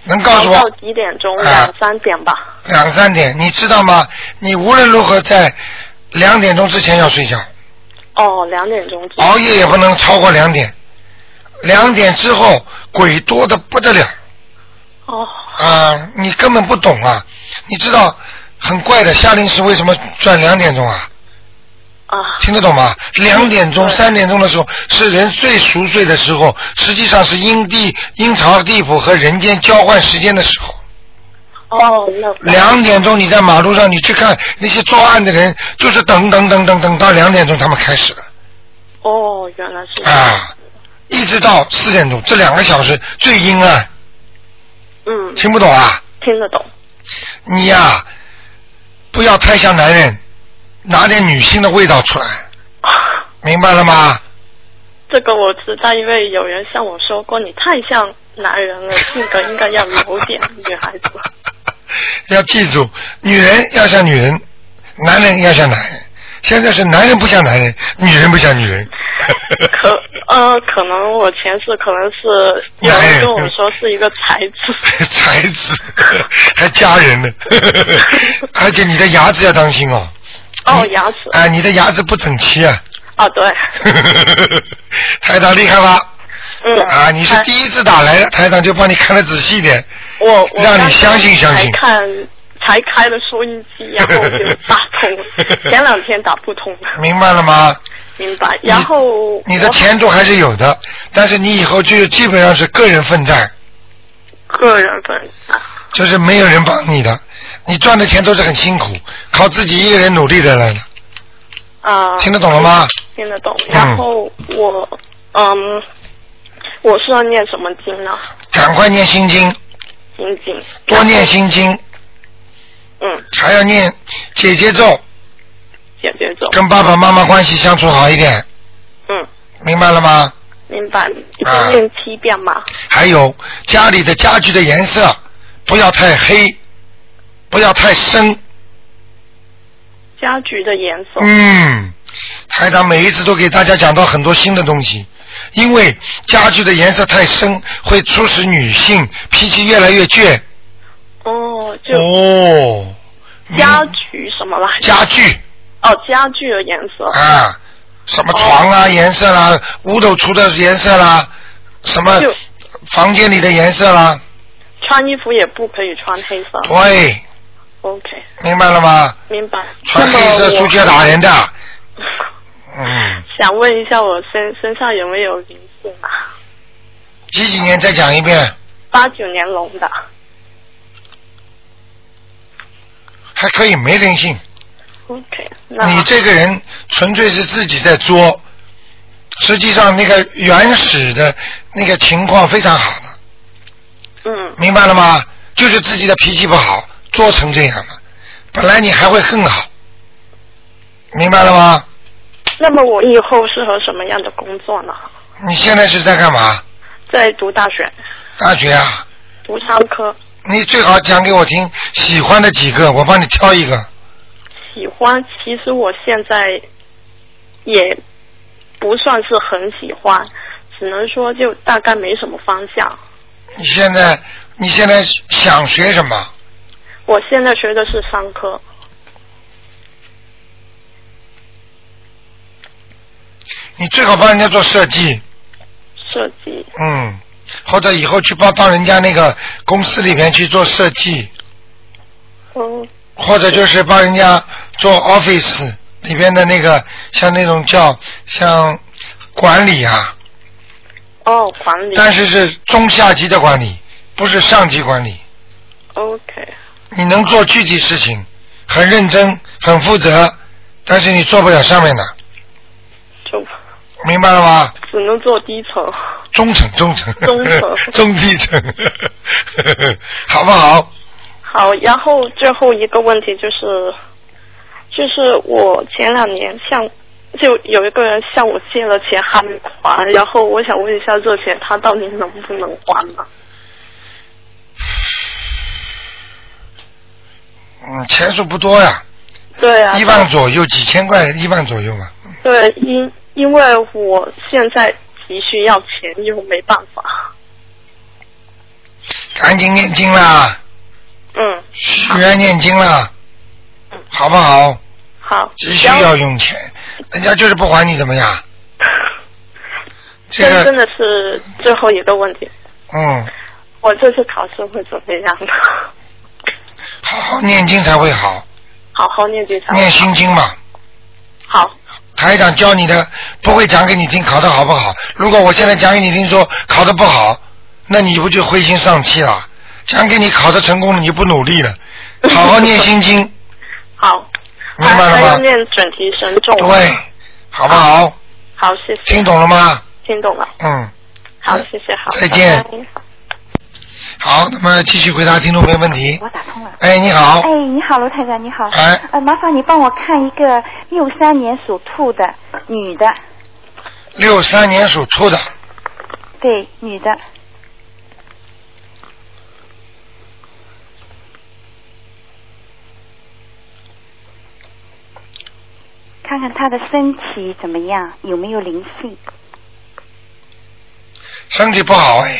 [SPEAKER 1] 能告诉
[SPEAKER 5] 到
[SPEAKER 1] 我
[SPEAKER 5] 几点钟？
[SPEAKER 1] 啊
[SPEAKER 5] 两三点吧。
[SPEAKER 1] 两三点，你知道吗？你无论如何在两点钟之前要睡觉。
[SPEAKER 5] 哦，两点钟之。
[SPEAKER 1] 熬夜也不能超过两点，两点之后鬼多的不得了
[SPEAKER 5] 哦，
[SPEAKER 1] 啊、你根本不懂啊！你知道很怪的，夏令时为什么转两点钟啊？
[SPEAKER 5] 啊，
[SPEAKER 1] 听得懂吗？两点钟、
[SPEAKER 5] 对
[SPEAKER 1] 三点钟的时候是人最熟睡的时候，实际上是阴地、阴曹地府和人间交换时间的时候。
[SPEAKER 5] 哦，那
[SPEAKER 1] 两点钟你在马路上，你去看那些作案的人，就是等等等等等到两点钟他们开始了
[SPEAKER 5] 哦，原来是
[SPEAKER 1] 啊，一直到四点钟，这两个小时最阴暗，
[SPEAKER 5] 嗯，
[SPEAKER 1] 听不懂啊？
[SPEAKER 5] 听得懂。
[SPEAKER 1] 你呀、不要太像男人，拿点女性的味道出来，明白了吗？
[SPEAKER 5] 这个我知道，因为有人向我说过，你太像男 人了，性格应该要柔点，女孩子。
[SPEAKER 1] 要记住，女人要像女人，男人要像男人。现在是男人不像男人，女人不像女人。
[SPEAKER 5] 可呃，可能我前世可能 是
[SPEAKER 1] 哎
[SPEAKER 5] 有人跟我说是一个才子，
[SPEAKER 1] 才子， 还嫁人呢，而且你的牙齿要当心哦。
[SPEAKER 5] 哦，牙齿，
[SPEAKER 1] 啊，你的牙齿不整齐啊，
[SPEAKER 5] 哦对，
[SPEAKER 1] 台长厉害吧？
[SPEAKER 5] 嗯，
[SPEAKER 1] 啊，你是
[SPEAKER 5] 哎
[SPEAKER 1] 第一次打来的，台长就帮你看得仔细一点。
[SPEAKER 5] 我我
[SPEAKER 1] 让你
[SPEAKER 5] 刚刚
[SPEAKER 1] 相信相信，
[SPEAKER 5] 才看才开了收音机，然后就打通了 前两天打不通，
[SPEAKER 1] 明白了吗？
[SPEAKER 5] 明白？然后
[SPEAKER 1] 你的前途还是有的，但是你以后就基本上是个人奋战，
[SPEAKER 5] 我个人分
[SPEAKER 1] 就是没有人帮你的，你赚的钱都是很辛苦，靠自己一个人努力得来的，
[SPEAKER 5] 啊，
[SPEAKER 1] 听得懂了吗？
[SPEAKER 5] 听得懂。
[SPEAKER 1] 嗯
[SPEAKER 5] 然后我嗯，我是要念什么经呢？
[SPEAKER 1] 赶快念心经，
[SPEAKER 5] 心经，
[SPEAKER 1] 多念心经，
[SPEAKER 5] 嗯，
[SPEAKER 1] 还要念姐姐咒，
[SPEAKER 5] 解决走，
[SPEAKER 1] 跟爸爸妈妈关系相处好一点，
[SPEAKER 5] 嗯，
[SPEAKER 1] 明白了吗？
[SPEAKER 5] 明白。一
[SPEAKER 1] 啊
[SPEAKER 5] 天念七遍嘛。
[SPEAKER 1] 还有家里的家具的颜色不要太黑，不要太深，
[SPEAKER 5] 家居的颜色。
[SPEAKER 1] 嗯，台长每一次都给大家讲到很多新的东西，因为家具的颜色太深，会促使女性脾气越来越倔。
[SPEAKER 5] 哦，就
[SPEAKER 1] 哦，
[SPEAKER 5] 家
[SPEAKER 1] 嗯
[SPEAKER 5] 居什么来着？
[SPEAKER 1] 家具
[SPEAKER 5] 哦，家具的颜色。
[SPEAKER 1] 啊，什么床
[SPEAKER 5] 哦
[SPEAKER 1] 啊、颜色啦，五斗橱的颜色啦，什么
[SPEAKER 5] 就
[SPEAKER 1] 房间里的颜色啦，
[SPEAKER 5] 穿衣服也不可以穿黑色。
[SPEAKER 1] 对，
[SPEAKER 5] OK，
[SPEAKER 1] 明白了吗？
[SPEAKER 5] 明白。
[SPEAKER 1] 穿黑色
[SPEAKER 5] 那么
[SPEAKER 1] 出
[SPEAKER 5] 我
[SPEAKER 1] 去打人的，嗯，
[SPEAKER 5] 想问一下，我身身上有没有灵性啊？
[SPEAKER 1] 几几年再讲一遍，
[SPEAKER 5] 八九年龙的，
[SPEAKER 1] 还可以，没人性。
[SPEAKER 5] OK，那
[SPEAKER 1] 你这个人纯粹是自己在作，实际上那个原始的那个情况非常好的，
[SPEAKER 5] 嗯
[SPEAKER 1] 明白了吗？就是自己的脾气不好，作成这样了。本来你还会更好，明白了吗？，
[SPEAKER 5] 那么我以后适合什么样的工作呢？
[SPEAKER 1] 你现在是在干嘛？
[SPEAKER 5] 在读大学，
[SPEAKER 1] 大学啊？
[SPEAKER 5] 读商科，
[SPEAKER 1] 你最好讲给我听喜欢的几个，我帮你挑一个。
[SPEAKER 5] 喜欢。其实我现在也不算是很喜欢，只能说就大概没什么方向。
[SPEAKER 1] 你现在你现在想学什么？
[SPEAKER 5] 我现在学的是商科，
[SPEAKER 1] 你最好帮人家做设计，
[SPEAKER 5] 设计。
[SPEAKER 1] 嗯，或者以后去帮到人家那个公司里面去做设计，
[SPEAKER 5] 嗯，
[SPEAKER 1] 或者就是帮人家做 office 里边的那个像那种叫像管理啊，
[SPEAKER 5] 哦，管理。
[SPEAKER 1] 但是是中下级的管理，不是上级管理。
[SPEAKER 5] OK，
[SPEAKER 1] 你能做具体事情，很认真，很负责，但是你做不了上面的，
[SPEAKER 5] 就
[SPEAKER 1] 明白了吗？
[SPEAKER 5] 只能做低层。
[SPEAKER 1] 忠诚，忠诚，
[SPEAKER 5] 忠诚
[SPEAKER 1] 中低层， 好不好？
[SPEAKER 5] 好，然后最后一个问题就是，就是我前两年向就有一个人向我借了钱还没还，然后我想问一下这钱他到底能不能还呢？
[SPEAKER 1] 嗯，钱数不多呀，
[SPEAKER 5] 对啊，
[SPEAKER 1] 一万左右，几千块，一万左右嘛。
[SPEAKER 5] 对，因因为我现在急需要钱，又没办法。
[SPEAKER 1] 赶紧念经啦，
[SPEAKER 5] 嗯，
[SPEAKER 1] 许愿念经啦，好不好？
[SPEAKER 5] 好，
[SPEAKER 1] 急需
[SPEAKER 5] 然后
[SPEAKER 1] 要用钱，人家就是不还你怎么样？这
[SPEAKER 5] 这真
[SPEAKER 1] 个，
[SPEAKER 5] 的是最后一个问题，
[SPEAKER 1] 嗯，
[SPEAKER 5] 我这次考试会怎么样的？
[SPEAKER 1] 好好念经才会好，
[SPEAKER 5] 好好念经才
[SPEAKER 1] 念心经嘛。
[SPEAKER 5] 好。
[SPEAKER 1] 台长教你的不会讲给你听，考得好不好？如果我现在讲给你听说考得不好，那你不就灰心丧气了？想给你考的成功了，你就不努力了，好好念心 经，
[SPEAKER 5] 好，
[SPEAKER 1] 明白
[SPEAKER 5] 还要
[SPEAKER 1] 了吗？
[SPEAKER 5] 念准提神咒。
[SPEAKER 1] 对，好不好？
[SPEAKER 5] 好，谢谢。
[SPEAKER 1] 听懂了吗？
[SPEAKER 5] 听懂了。
[SPEAKER 1] 嗯，
[SPEAKER 5] 好，谢谢。好，
[SPEAKER 1] 再见
[SPEAKER 5] 拜拜
[SPEAKER 1] 好，那么继续回答听众朋友问题。
[SPEAKER 6] 我打通了。
[SPEAKER 1] 哎，你好
[SPEAKER 6] 哎，，你好，卢台长，你好。
[SPEAKER 1] 哎
[SPEAKER 6] 呃，麻烦你帮我看一个六三年属兔的女的，
[SPEAKER 1] 六三年属兔的，
[SPEAKER 6] 对，女的，看看她的身体怎么样，有没有灵性？
[SPEAKER 1] 身体不好哎，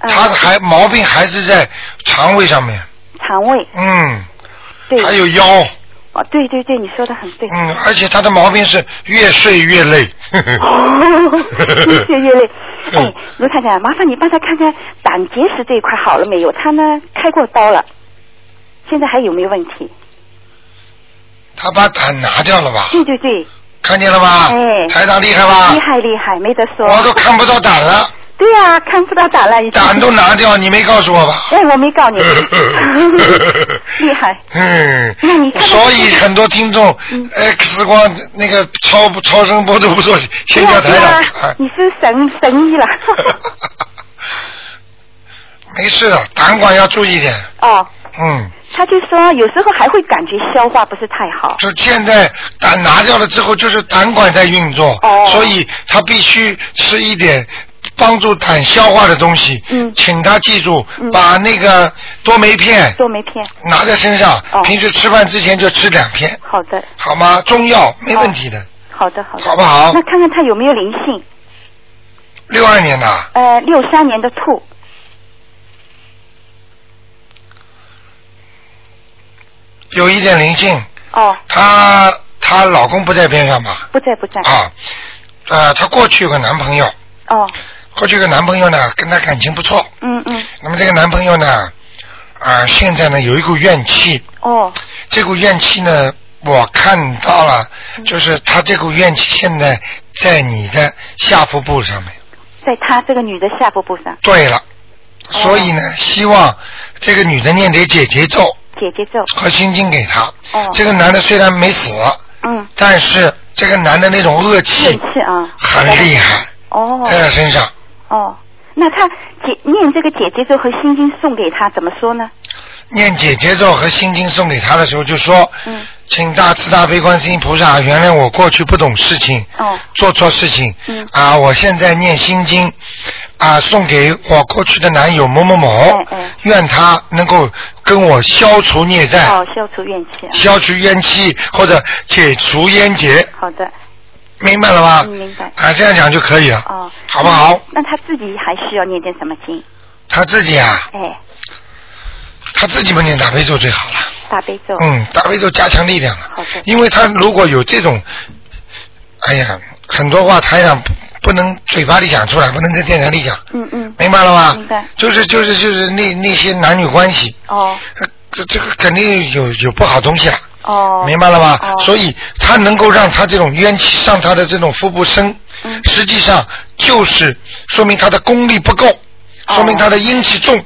[SPEAKER 6] 呃，
[SPEAKER 1] 他还毛病还是在肠胃上面，
[SPEAKER 6] 肠胃，
[SPEAKER 1] 嗯，
[SPEAKER 6] 对，
[SPEAKER 1] 还有腰，
[SPEAKER 6] 哦，对对对，你说的很对。
[SPEAKER 1] 嗯，而且他的毛病是越睡越累。
[SPEAKER 6] 哦越学越 累。
[SPEAKER 1] 嗯
[SPEAKER 6] 哎，卢太太，麻烦你帮他看看胆结石这一块好了没有？他呢开过刀了，现在还有没有问题？
[SPEAKER 1] 他把胆拿掉了吧？
[SPEAKER 6] 对对对，
[SPEAKER 1] 看见了吧？
[SPEAKER 6] 嗯哎
[SPEAKER 1] 台长厉害吧？
[SPEAKER 6] 厉害厉害，没得说。
[SPEAKER 1] 啊我都看不到胆了，
[SPEAKER 6] 对呀、看不到胆了已经。
[SPEAKER 1] 胆都拿掉，你没告诉我吧？
[SPEAKER 6] 哎，我没 告你。厉害。
[SPEAKER 1] 嗯
[SPEAKER 6] 那你，看看
[SPEAKER 1] 所以很多听众
[SPEAKER 6] 嗯
[SPEAKER 1] X 光那个超超声波都不做，
[SPEAKER 6] 对
[SPEAKER 1] 先
[SPEAKER 6] 呀
[SPEAKER 1] 叫
[SPEAKER 6] 对
[SPEAKER 1] 台
[SPEAKER 6] 呀
[SPEAKER 1] 长，哎 看。
[SPEAKER 6] 啊你是神神 医了。
[SPEAKER 1] 没事的，胆管要注意点。
[SPEAKER 6] 哦，
[SPEAKER 1] 嗯，
[SPEAKER 6] 他就说有时候还会感觉消化不是太好。
[SPEAKER 1] 就现在胆拿掉了之后，就是胆管在运作，
[SPEAKER 6] 哦
[SPEAKER 1] 所以他必须吃一点帮助胆消化的东西。
[SPEAKER 6] 嗯
[SPEAKER 1] 请他记住，
[SPEAKER 6] 嗯
[SPEAKER 1] 把那个多酶片
[SPEAKER 6] 多酶片，
[SPEAKER 1] 拿在身上，
[SPEAKER 6] 哦
[SPEAKER 1] 平时吃饭之前就吃两片，
[SPEAKER 6] 好的，
[SPEAKER 1] 好吗？中药没问题的。
[SPEAKER 6] 好的，好的。
[SPEAKER 1] 好不好
[SPEAKER 6] 哦那看看他有没有灵性？
[SPEAKER 1] 六二年的啊
[SPEAKER 6] 呃，六三年的兔，
[SPEAKER 1] 有一点灵性，
[SPEAKER 6] 哦，
[SPEAKER 1] 她她老公不在边上吧？
[SPEAKER 6] 不在不在，
[SPEAKER 1] 啊，呃，她过去有个男朋友，
[SPEAKER 6] 哦，
[SPEAKER 1] 过去有个男朋友呢，跟她感情不错。
[SPEAKER 6] 嗯嗯，
[SPEAKER 1] 那么这个男朋友呢，啊、现在呢有一股怨气，
[SPEAKER 6] 哦，
[SPEAKER 1] 这股怨气呢，我看到了，就是他这股怨气现在在你的下腹部上面。
[SPEAKER 6] 在他这个女的下腹部上，
[SPEAKER 1] 对了，
[SPEAKER 6] 哦
[SPEAKER 1] 所以呢，希望这个女的念点解结咒
[SPEAKER 6] 姐姐咒，
[SPEAKER 1] 和心经给他。
[SPEAKER 6] 哦
[SPEAKER 1] 这个男的虽然没死，
[SPEAKER 6] 嗯，
[SPEAKER 1] 但是这个男的那种恶
[SPEAKER 6] 怨
[SPEAKER 1] 气
[SPEAKER 6] 气啊，
[SPEAKER 1] 很厉害，
[SPEAKER 6] 哦
[SPEAKER 1] 在他身上。
[SPEAKER 6] 哦，那他姐念这个姐姐咒和心经送给他，怎么说呢？
[SPEAKER 1] 念解结咒和心经送给他的时候，就说：“
[SPEAKER 6] 嗯
[SPEAKER 1] 请大慈大悲观世音菩萨原谅我过去不懂事情，
[SPEAKER 6] 哦
[SPEAKER 1] 做错事情。
[SPEAKER 6] 嗯
[SPEAKER 1] 啊，我现在念心经，啊，送给我过去的男友某某某，
[SPEAKER 6] 哎哎
[SPEAKER 1] 愿他能够跟我消除孽债，
[SPEAKER 6] 哦，消除怨气啊，
[SPEAKER 1] 消除冤气或者解除冤结，
[SPEAKER 6] 好的，
[SPEAKER 1] 明白了吗
[SPEAKER 6] 嗯，？明白。
[SPEAKER 1] 啊，这样讲就可以了，
[SPEAKER 6] 哦，
[SPEAKER 1] 好不好？
[SPEAKER 6] 那他自己还需要念点什么经？
[SPEAKER 1] 他自己啊，
[SPEAKER 6] 哎，
[SPEAKER 1] 他自己嘛念大悲咒最好了。
[SPEAKER 6] 大悲咒，
[SPEAKER 1] 嗯，大悲咒加强力量了
[SPEAKER 6] 哦好的，
[SPEAKER 1] 因为他如果有这种，哎呀，很多话台上不不能嘴巴里讲出来，不能在电台里讲，
[SPEAKER 6] 嗯嗯，
[SPEAKER 1] 明白了吗？
[SPEAKER 6] 明白
[SPEAKER 1] 就是就是就是那那些男女关系，
[SPEAKER 6] 哦
[SPEAKER 1] 呃这这个肯定有有不好东西了，
[SPEAKER 6] 哦，
[SPEAKER 1] 明白了吗？
[SPEAKER 6] 哦
[SPEAKER 1] 所以他能够让他这种冤气上他的这种腹部升，
[SPEAKER 6] 嗯
[SPEAKER 1] 实际上就是说明他的功力不够，
[SPEAKER 6] 哦
[SPEAKER 1] 说明他的阴气重。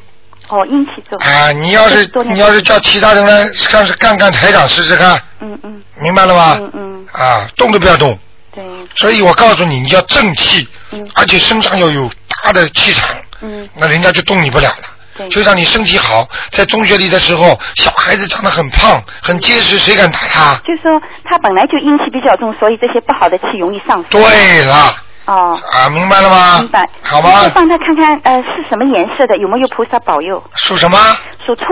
[SPEAKER 6] 哦，阴气咒，
[SPEAKER 1] 啊，你要是
[SPEAKER 6] 多练
[SPEAKER 1] 你要是叫其他人来干干干台长试试看，
[SPEAKER 6] 嗯嗯
[SPEAKER 1] 明白了吧？
[SPEAKER 6] 嗯嗯，
[SPEAKER 1] 啊，动都不要动。
[SPEAKER 6] 对，
[SPEAKER 1] 所以我告诉你，你要正气，
[SPEAKER 6] 嗯
[SPEAKER 1] 而且身上要有大的气场，
[SPEAKER 6] 嗯
[SPEAKER 1] 那人家就动你不了了。
[SPEAKER 6] 对，
[SPEAKER 1] 就让你身体好，在中学里的时候，小孩子长得很胖，很结实，谁敢打他？
[SPEAKER 6] 就说他本来就阴气比较重，所以这些不好的气容易上升。
[SPEAKER 1] 对了，
[SPEAKER 6] 哦，
[SPEAKER 1] 啊，明白了吗？
[SPEAKER 6] 明白。
[SPEAKER 1] 好
[SPEAKER 6] 你
[SPEAKER 1] 吗
[SPEAKER 6] 就？帮他看看呃是什么颜色的，有没有菩萨保佑？
[SPEAKER 1] 属什么？
[SPEAKER 6] 属兔，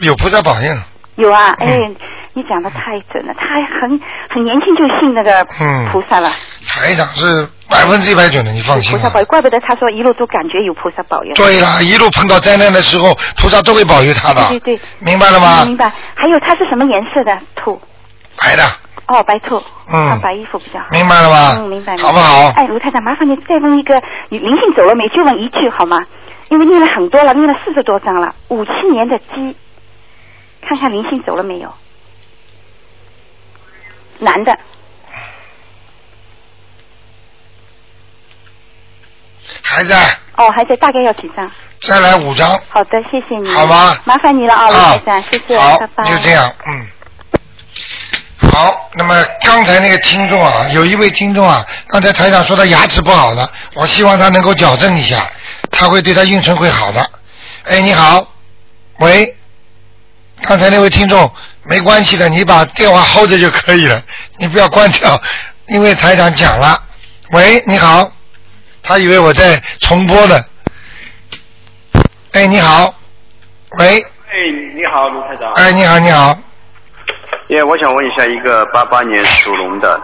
[SPEAKER 1] 有菩萨保佑。
[SPEAKER 6] 有啊，哎
[SPEAKER 1] 嗯，
[SPEAKER 6] 你讲的太准了，他还很很年轻就信那个
[SPEAKER 1] 嗯
[SPEAKER 6] 菩萨了，
[SPEAKER 1] 台长是百分之一百准的，你放心
[SPEAKER 6] 菩
[SPEAKER 1] 吧
[SPEAKER 6] 萨。保佑，怪不得他说一路都感觉有菩萨保佑。
[SPEAKER 1] 啊对啦，一路碰到灾难的时候，菩萨都会保佑他的。
[SPEAKER 6] 对对对
[SPEAKER 1] 明白了吗？
[SPEAKER 6] 嗯明白。还有它是什么颜色的兔？
[SPEAKER 1] 白的，
[SPEAKER 6] 哦，白兔。
[SPEAKER 1] 嗯
[SPEAKER 6] 穿白衣服比较好。
[SPEAKER 1] 明白了吗？
[SPEAKER 6] 嗯，明白。明白
[SPEAKER 1] 啊好不好？
[SPEAKER 6] 哎，卢太太，麻烦你再问一个，你灵性走了没？就问一句好吗？因为念了很多了，念了四十多张了。五七年的鸡，看看灵性走了没有？男的，
[SPEAKER 1] 还在，
[SPEAKER 6] 哦，还在，大概要几张？
[SPEAKER 1] 再来五张，
[SPEAKER 6] 好的，谢谢你。
[SPEAKER 1] 好吧
[SPEAKER 6] 麻烦你了啊，卢
[SPEAKER 1] 啊
[SPEAKER 6] 台长，谢谢，
[SPEAKER 1] 好
[SPEAKER 6] 拜拜。，
[SPEAKER 1] 就这。样，嗯。好，那么刚才那个听众啊，有一位听众啊，刚才台长说他牙齿不好了，我希望他能够矫正一下，他会对他运程会好的。哎，你好，喂，刚才那位听众没关系的，你把电话 hold 着就可以了，你不要关掉，因为台长讲了。喂，你好，他以为我在重播呢。哎，你好，喂，
[SPEAKER 7] 哎，你好，卢台长。
[SPEAKER 1] 哎，你好，你好，
[SPEAKER 7] 耶，我想问一下，一个八八年属龙的，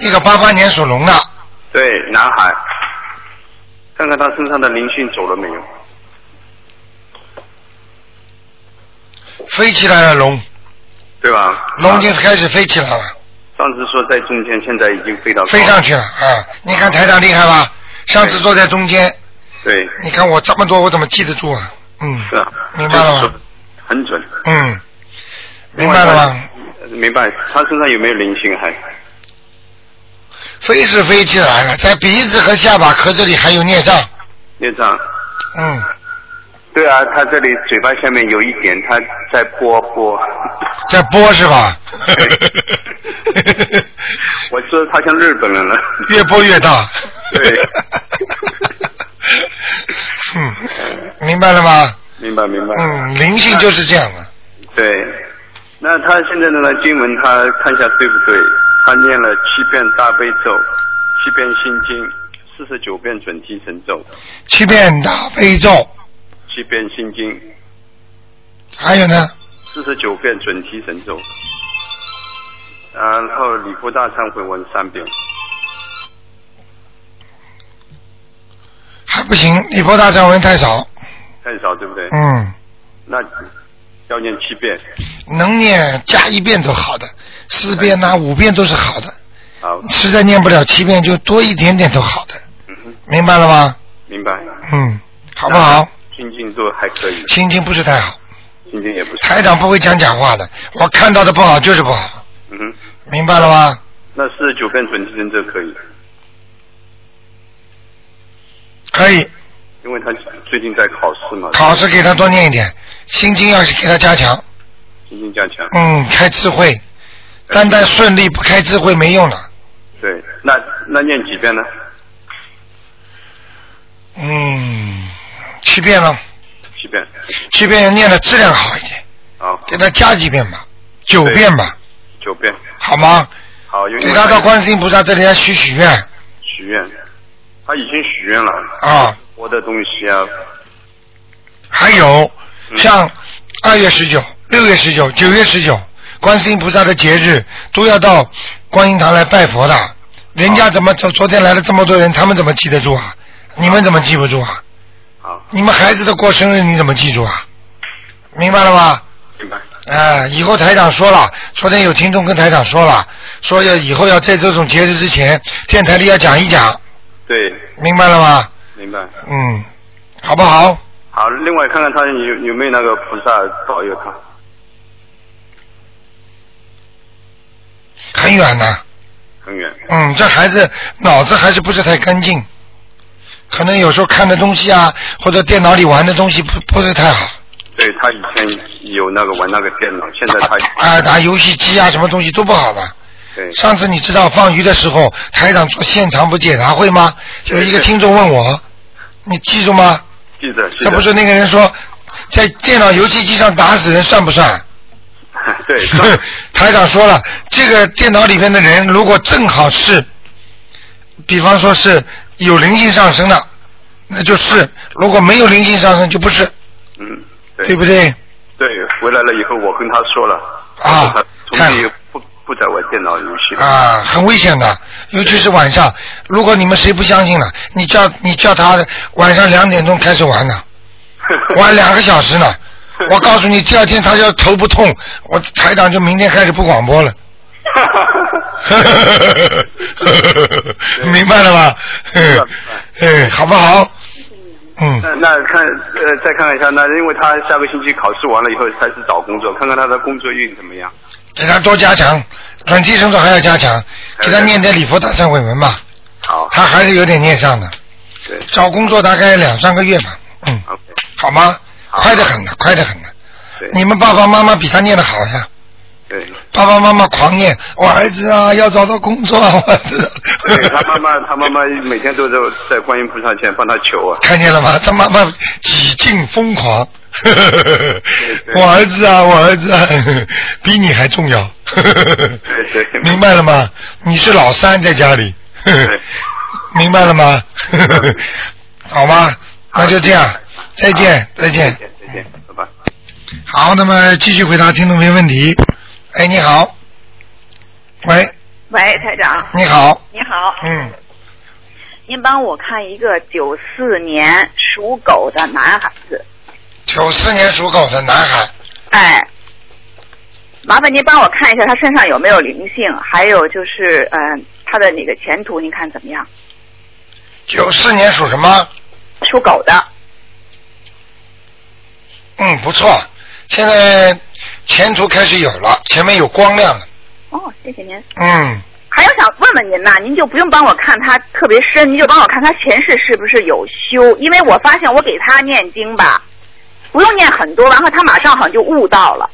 [SPEAKER 1] 一个八八年属龙的，
[SPEAKER 7] 对，男孩，看看他身上的灵性走了没有？
[SPEAKER 1] 飞起来了龙，
[SPEAKER 7] 对吧？
[SPEAKER 1] 龙已经
[SPEAKER 7] 啊
[SPEAKER 1] 开始飞起来了，
[SPEAKER 7] 上次说在中间，现在已经飞到
[SPEAKER 1] 飞上去了啊！你看台长厉害吧？上次坐在中间，
[SPEAKER 7] 对，
[SPEAKER 1] 你看我这么多，我怎么记得住啊？嗯
[SPEAKER 7] 是，啊，
[SPEAKER 1] 明白了吗？
[SPEAKER 7] 很准。
[SPEAKER 1] 嗯，明白了吗？
[SPEAKER 7] 呃？明白。他身上有没有灵性还？
[SPEAKER 1] 飞是飞起来了，在鼻子和下巴壳这里还有孽障，
[SPEAKER 7] 业障。
[SPEAKER 1] 嗯，
[SPEAKER 7] 对啊，他这里嘴巴下面有一点，他在拨拨。
[SPEAKER 1] 在播是吧？
[SPEAKER 7] 我说他像日本人了。
[SPEAKER 1] 越播越大。
[SPEAKER 7] 对。
[SPEAKER 1] 嗯，明白了吗？
[SPEAKER 7] 明白明白。
[SPEAKER 1] 嗯，灵性就是这样啊的。
[SPEAKER 7] 对，那他现在呢？经文他看一下对不对？他念了七遍大悲咒，七遍心经，四十九遍准提神咒，
[SPEAKER 1] 七遍大悲咒，
[SPEAKER 7] 七遍心经，
[SPEAKER 1] 还有呢，
[SPEAKER 7] 四十九遍准提神咒，然后礼佛大忏悔文三遍。
[SPEAKER 1] 还不行，礼佛大忏文太少。
[SPEAKER 7] 太少对不对？
[SPEAKER 1] 嗯，
[SPEAKER 7] 那要念七遍。
[SPEAKER 1] 能念加一遍都好的，四遍呐、五遍都是好的。
[SPEAKER 7] 好，
[SPEAKER 1] 实在念不了七遍，就多一点点都好的，
[SPEAKER 7] 嗯哼，
[SPEAKER 1] 明白了吗？
[SPEAKER 7] 明白。
[SPEAKER 1] 嗯，好不好？？
[SPEAKER 7] 心经都还可以，
[SPEAKER 1] 心情不是太好，
[SPEAKER 7] 心经也不是。
[SPEAKER 1] 台长不会讲假话的，我看到的不好就是不好，
[SPEAKER 7] 嗯哼，
[SPEAKER 1] 明白了吗？
[SPEAKER 7] 那四十九遍准提神咒可以，
[SPEAKER 1] 可以，
[SPEAKER 7] 因为他最近在考试嘛。
[SPEAKER 1] 考试给他多念一点，心经要给他加强，
[SPEAKER 7] 心经加强。
[SPEAKER 1] 嗯，开智慧，单单顺利不开智慧没用的，
[SPEAKER 7] 嗯对，那那念几遍呢？
[SPEAKER 1] 嗯，七遍了，
[SPEAKER 7] 七遍。
[SPEAKER 1] 七遍念的质量好一点，
[SPEAKER 7] 好，
[SPEAKER 1] 给他加几遍吧，九遍吧，
[SPEAKER 7] 九遍。
[SPEAKER 1] 好吗？
[SPEAKER 7] 好，因为
[SPEAKER 1] 给他到观世音菩萨这里来许许愿
[SPEAKER 7] 许愿，他已经许愿了。
[SPEAKER 1] 啊，
[SPEAKER 7] 我的东西啊，
[SPEAKER 1] 还有
[SPEAKER 7] 嗯
[SPEAKER 1] 像二月十九、六月十九、九月十九，观世音菩萨的节日都要到观音堂来拜佛的。人家怎么昨昨天来了这么多人，他们怎么记得住啊？你们怎么记不住啊？
[SPEAKER 7] 好，
[SPEAKER 1] 你们孩子的过生日你怎么记住啊？明白了吗？
[SPEAKER 7] 明白。
[SPEAKER 1] 哎，以后台长说了，昨天有听众跟台长说了，说要以后要在这种节日之前，电台里要讲一讲，
[SPEAKER 7] 对，
[SPEAKER 1] 明白了吗？
[SPEAKER 7] 明白。
[SPEAKER 1] 嗯，好不好？
[SPEAKER 7] 好，另外看看他有有没有那个菩萨保佑他。
[SPEAKER 1] 很远呢、
[SPEAKER 7] 很远，
[SPEAKER 1] 嗯，这孩子脑子还是不是太干净，可能有时候看的东西啊，或者电脑里玩的东西不不是太好，
[SPEAKER 7] 对他以前有那个玩那个电脑，现在嗯他
[SPEAKER 1] 啊，打游戏机啊，什么东西都不好的。
[SPEAKER 7] 对
[SPEAKER 1] 上次你知道放鱼的时候，台长做现场不解答会吗？有一个听众问我，你记住吗？
[SPEAKER 7] 记得记
[SPEAKER 1] 这
[SPEAKER 7] 得，
[SPEAKER 1] 不是那个人说，在电脑游戏机上打死人算不算？
[SPEAKER 7] 对， 是
[SPEAKER 1] 台长说了，这个电脑里面的人如果正好是，比方说是有灵性上升的，那就是；如果没有灵性上升，就不是，
[SPEAKER 7] 嗯，
[SPEAKER 1] 对不对？
[SPEAKER 7] 对，回来了以后我跟他说了，
[SPEAKER 1] 啊
[SPEAKER 7] 他从
[SPEAKER 1] 太好
[SPEAKER 7] 此不不再玩电脑游戏了。
[SPEAKER 1] 啊，很危险的，尤其是晚上。如果你们谁不相信了，你叫你叫他晚上两点钟开始玩 呢，玩两个小时呢。我告诉你，第二天他要头不痛，我台长就明天开始不广播了。 明白了吧？
[SPEAKER 7] 明白
[SPEAKER 1] 嗯，好不好？ 嗯，
[SPEAKER 7] 那那看呃，再看一下，那因为他下个星期考试完了以后开始找工作，看看他的工作运怎么样。
[SPEAKER 1] 给他多加强，转提神咒还要加强，给他念点礼佛大忏悔文吧，
[SPEAKER 7] 好，
[SPEAKER 1] 他还是有点念上的。
[SPEAKER 7] 对
[SPEAKER 1] 找工作大概两三个月吧，嗯，
[SPEAKER 7] ，OK，
[SPEAKER 1] 好吗？快得很的，快得很的。
[SPEAKER 7] 对
[SPEAKER 1] 你们爸爸妈妈比他念的好呀，
[SPEAKER 7] 对，
[SPEAKER 1] 爸爸妈妈狂念，我儿子啊要找到工作啊，我儿子。
[SPEAKER 7] 对他妈妈，他妈妈每天都在在观音菩萨前帮他 求啊，
[SPEAKER 1] 看见了吗？他妈妈几近疯狂。
[SPEAKER 7] 对
[SPEAKER 1] 我儿子啊，我儿子啊， 比你还重要。
[SPEAKER 7] 对对
[SPEAKER 1] 明白了吗？你是老三在家里。
[SPEAKER 7] 对，
[SPEAKER 1] 明白了吗？好吗？那就这样，再见，再见。
[SPEAKER 7] 再见，拜拜。
[SPEAKER 1] 好，那么继续回答听众朋友问题。哎，你好。喂，
[SPEAKER 4] 喂，台长，
[SPEAKER 1] 你好。
[SPEAKER 4] 你好，
[SPEAKER 1] 嗯，
[SPEAKER 4] 您帮我看一个九四年属狗的男孩子，
[SPEAKER 1] 九四年属狗的男孩，
[SPEAKER 4] 哎，麻烦您帮我看一下他身上有没有灵性，还有就是嗯、呃他的那个前途，您看怎么样？
[SPEAKER 1] 九四年属什么？
[SPEAKER 4] 属狗的，
[SPEAKER 1] 嗯，不错，现在前途开始有了，前面有光亮了。
[SPEAKER 4] 哦，谢谢您。
[SPEAKER 1] 嗯，
[SPEAKER 4] 还有想问问您呐，您就不用帮我看他特别深，您就帮我看他前世是不是有修，因为我发现我给他念经吧，不用念很多，然后他马上好像就悟到了。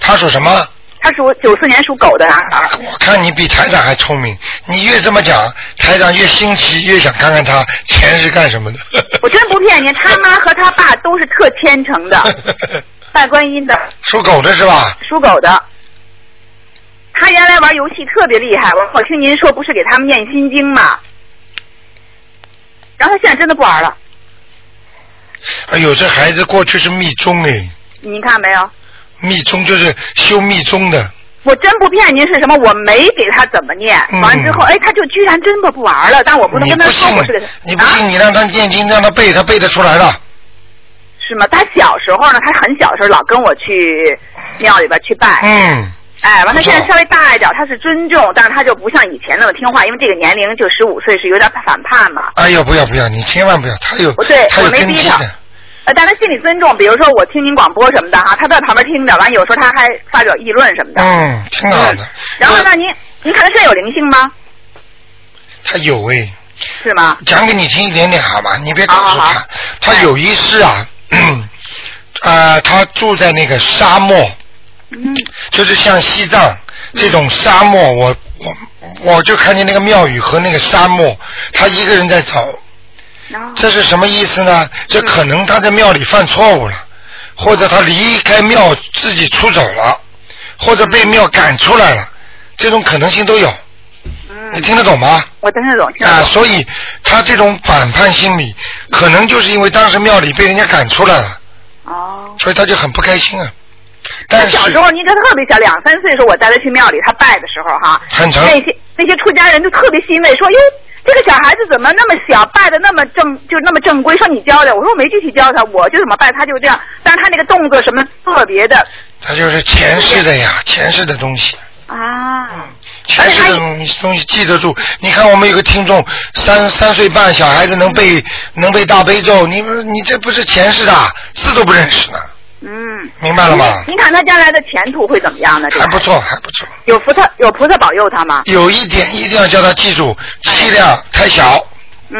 [SPEAKER 1] 他属什么？
[SPEAKER 4] 他属九四年属狗的男孩
[SPEAKER 1] 啊，。我看你比台长还聪明，你越这么讲，台长越新奇，越想看看他钱是干什么的。
[SPEAKER 4] 我真不骗您，他妈和他爸都是特虔 诚的，拜观音的，
[SPEAKER 1] 属狗的是吧？
[SPEAKER 4] 属狗的。他原来玩游戏特别厉害，我我听您说不是给他们念心经嘛，然后他现在真的不玩了，
[SPEAKER 1] 哎呦，这孩子过去是密宗哎，
[SPEAKER 4] 您看没有？
[SPEAKER 1] 密宗就是修密宗的，
[SPEAKER 4] 我真不骗您是什么？我没给他怎么念，
[SPEAKER 1] 嗯
[SPEAKER 4] 完之后，哎，他就居然真的不玩了，但我不能
[SPEAKER 1] 你
[SPEAKER 4] 跟他
[SPEAKER 1] 不
[SPEAKER 4] 说
[SPEAKER 1] 信
[SPEAKER 4] 我是给他，
[SPEAKER 1] 你不
[SPEAKER 4] 啊
[SPEAKER 1] 信，你让他念经，让他背，他背得出来的。
[SPEAKER 4] 是吗？他小时候呢，他很小时候老跟我去庙里边去拜，
[SPEAKER 1] 嗯，
[SPEAKER 4] 哎，完，他
[SPEAKER 1] 不错
[SPEAKER 4] 现在稍微大一点，他是尊重，但是他就不像以前那么听话，因为这个年龄就十五岁是有点反叛嘛。
[SPEAKER 1] 哎呦，不要不要，你千万不要，他有
[SPEAKER 4] 不对
[SPEAKER 1] 他有
[SPEAKER 4] 我没
[SPEAKER 1] 根
[SPEAKER 4] 逼
[SPEAKER 1] 基
[SPEAKER 4] 他
[SPEAKER 1] 的。
[SPEAKER 4] 呃，但他心里尊重，比如说我听您广播什么的哈，他在旁边听着，完有时候他还发表议论什么的。
[SPEAKER 1] 嗯，挺好的。
[SPEAKER 4] 然后呢，您您看他身上有灵性吗？
[SPEAKER 1] 他有哎，
[SPEAKER 4] 是吗？
[SPEAKER 1] 讲给你听一点点好吧，你别告诉他，
[SPEAKER 4] 好好好
[SPEAKER 1] 他有一世啊， 嗯呃，他住在那个沙漠，
[SPEAKER 4] 嗯
[SPEAKER 1] 就是像西藏这种沙漠，我我我就看见那个庙宇和那个沙漠，他一个人在走，
[SPEAKER 4] 哦
[SPEAKER 1] 这是什么意思呢？这可能他在庙里犯错误了，或者他离开庙自己出走了，或者被庙赶出来了，这种可能性都有，
[SPEAKER 4] 嗯
[SPEAKER 1] 你听得懂吗？
[SPEAKER 4] 我真是懂，听得
[SPEAKER 1] 啊，
[SPEAKER 4] 懂。
[SPEAKER 1] 所以他这种反叛心理，可能就是因为当时庙里被人家赶出来了，
[SPEAKER 4] 哦。
[SPEAKER 1] 所以他就很不开心啊。
[SPEAKER 4] 他
[SPEAKER 1] 但是
[SPEAKER 4] 小时候，您看特别小，两三岁的时候，我带他去庙里，他拜的时候哈，
[SPEAKER 1] 很诚
[SPEAKER 4] 那些那些出家人就特别欣慰，说哟，这个小孩子怎么那么小，拜的那么正，就是那么正规。说你教的，我说我没具体教他，我就怎么拜他就这样。但是他那个动作什么特别的
[SPEAKER 1] 他就是前世的
[SPEAKER 4] 嗯
[SPEAKER 1] 呀，前世的东西，
[SPEAKER 4] 啊，
[SPEAKER 1] 前世的东西东西记得住。你看我们有个听众，三三岁半小孩子能
[SPEAKER 4] 嗯
[SPEAKER 1] 背能背大悲咒，你们你这不是前世的啊，字都不认识呢，
[SPEAKER 4] 嗯。
[SPEAKER 1] 明白了吗？
[SPEAKER 4] 您看他将来的前途会怎么样呢？这个
[SPEAKER 1] 还不错，还不错。
[SPEAKER 4] 有菩萨有菩萨保佑他吗？
[SPEAKER 1] 有一点一定要叫他记住，气量太小，
[SPEAKER 4] 嗯，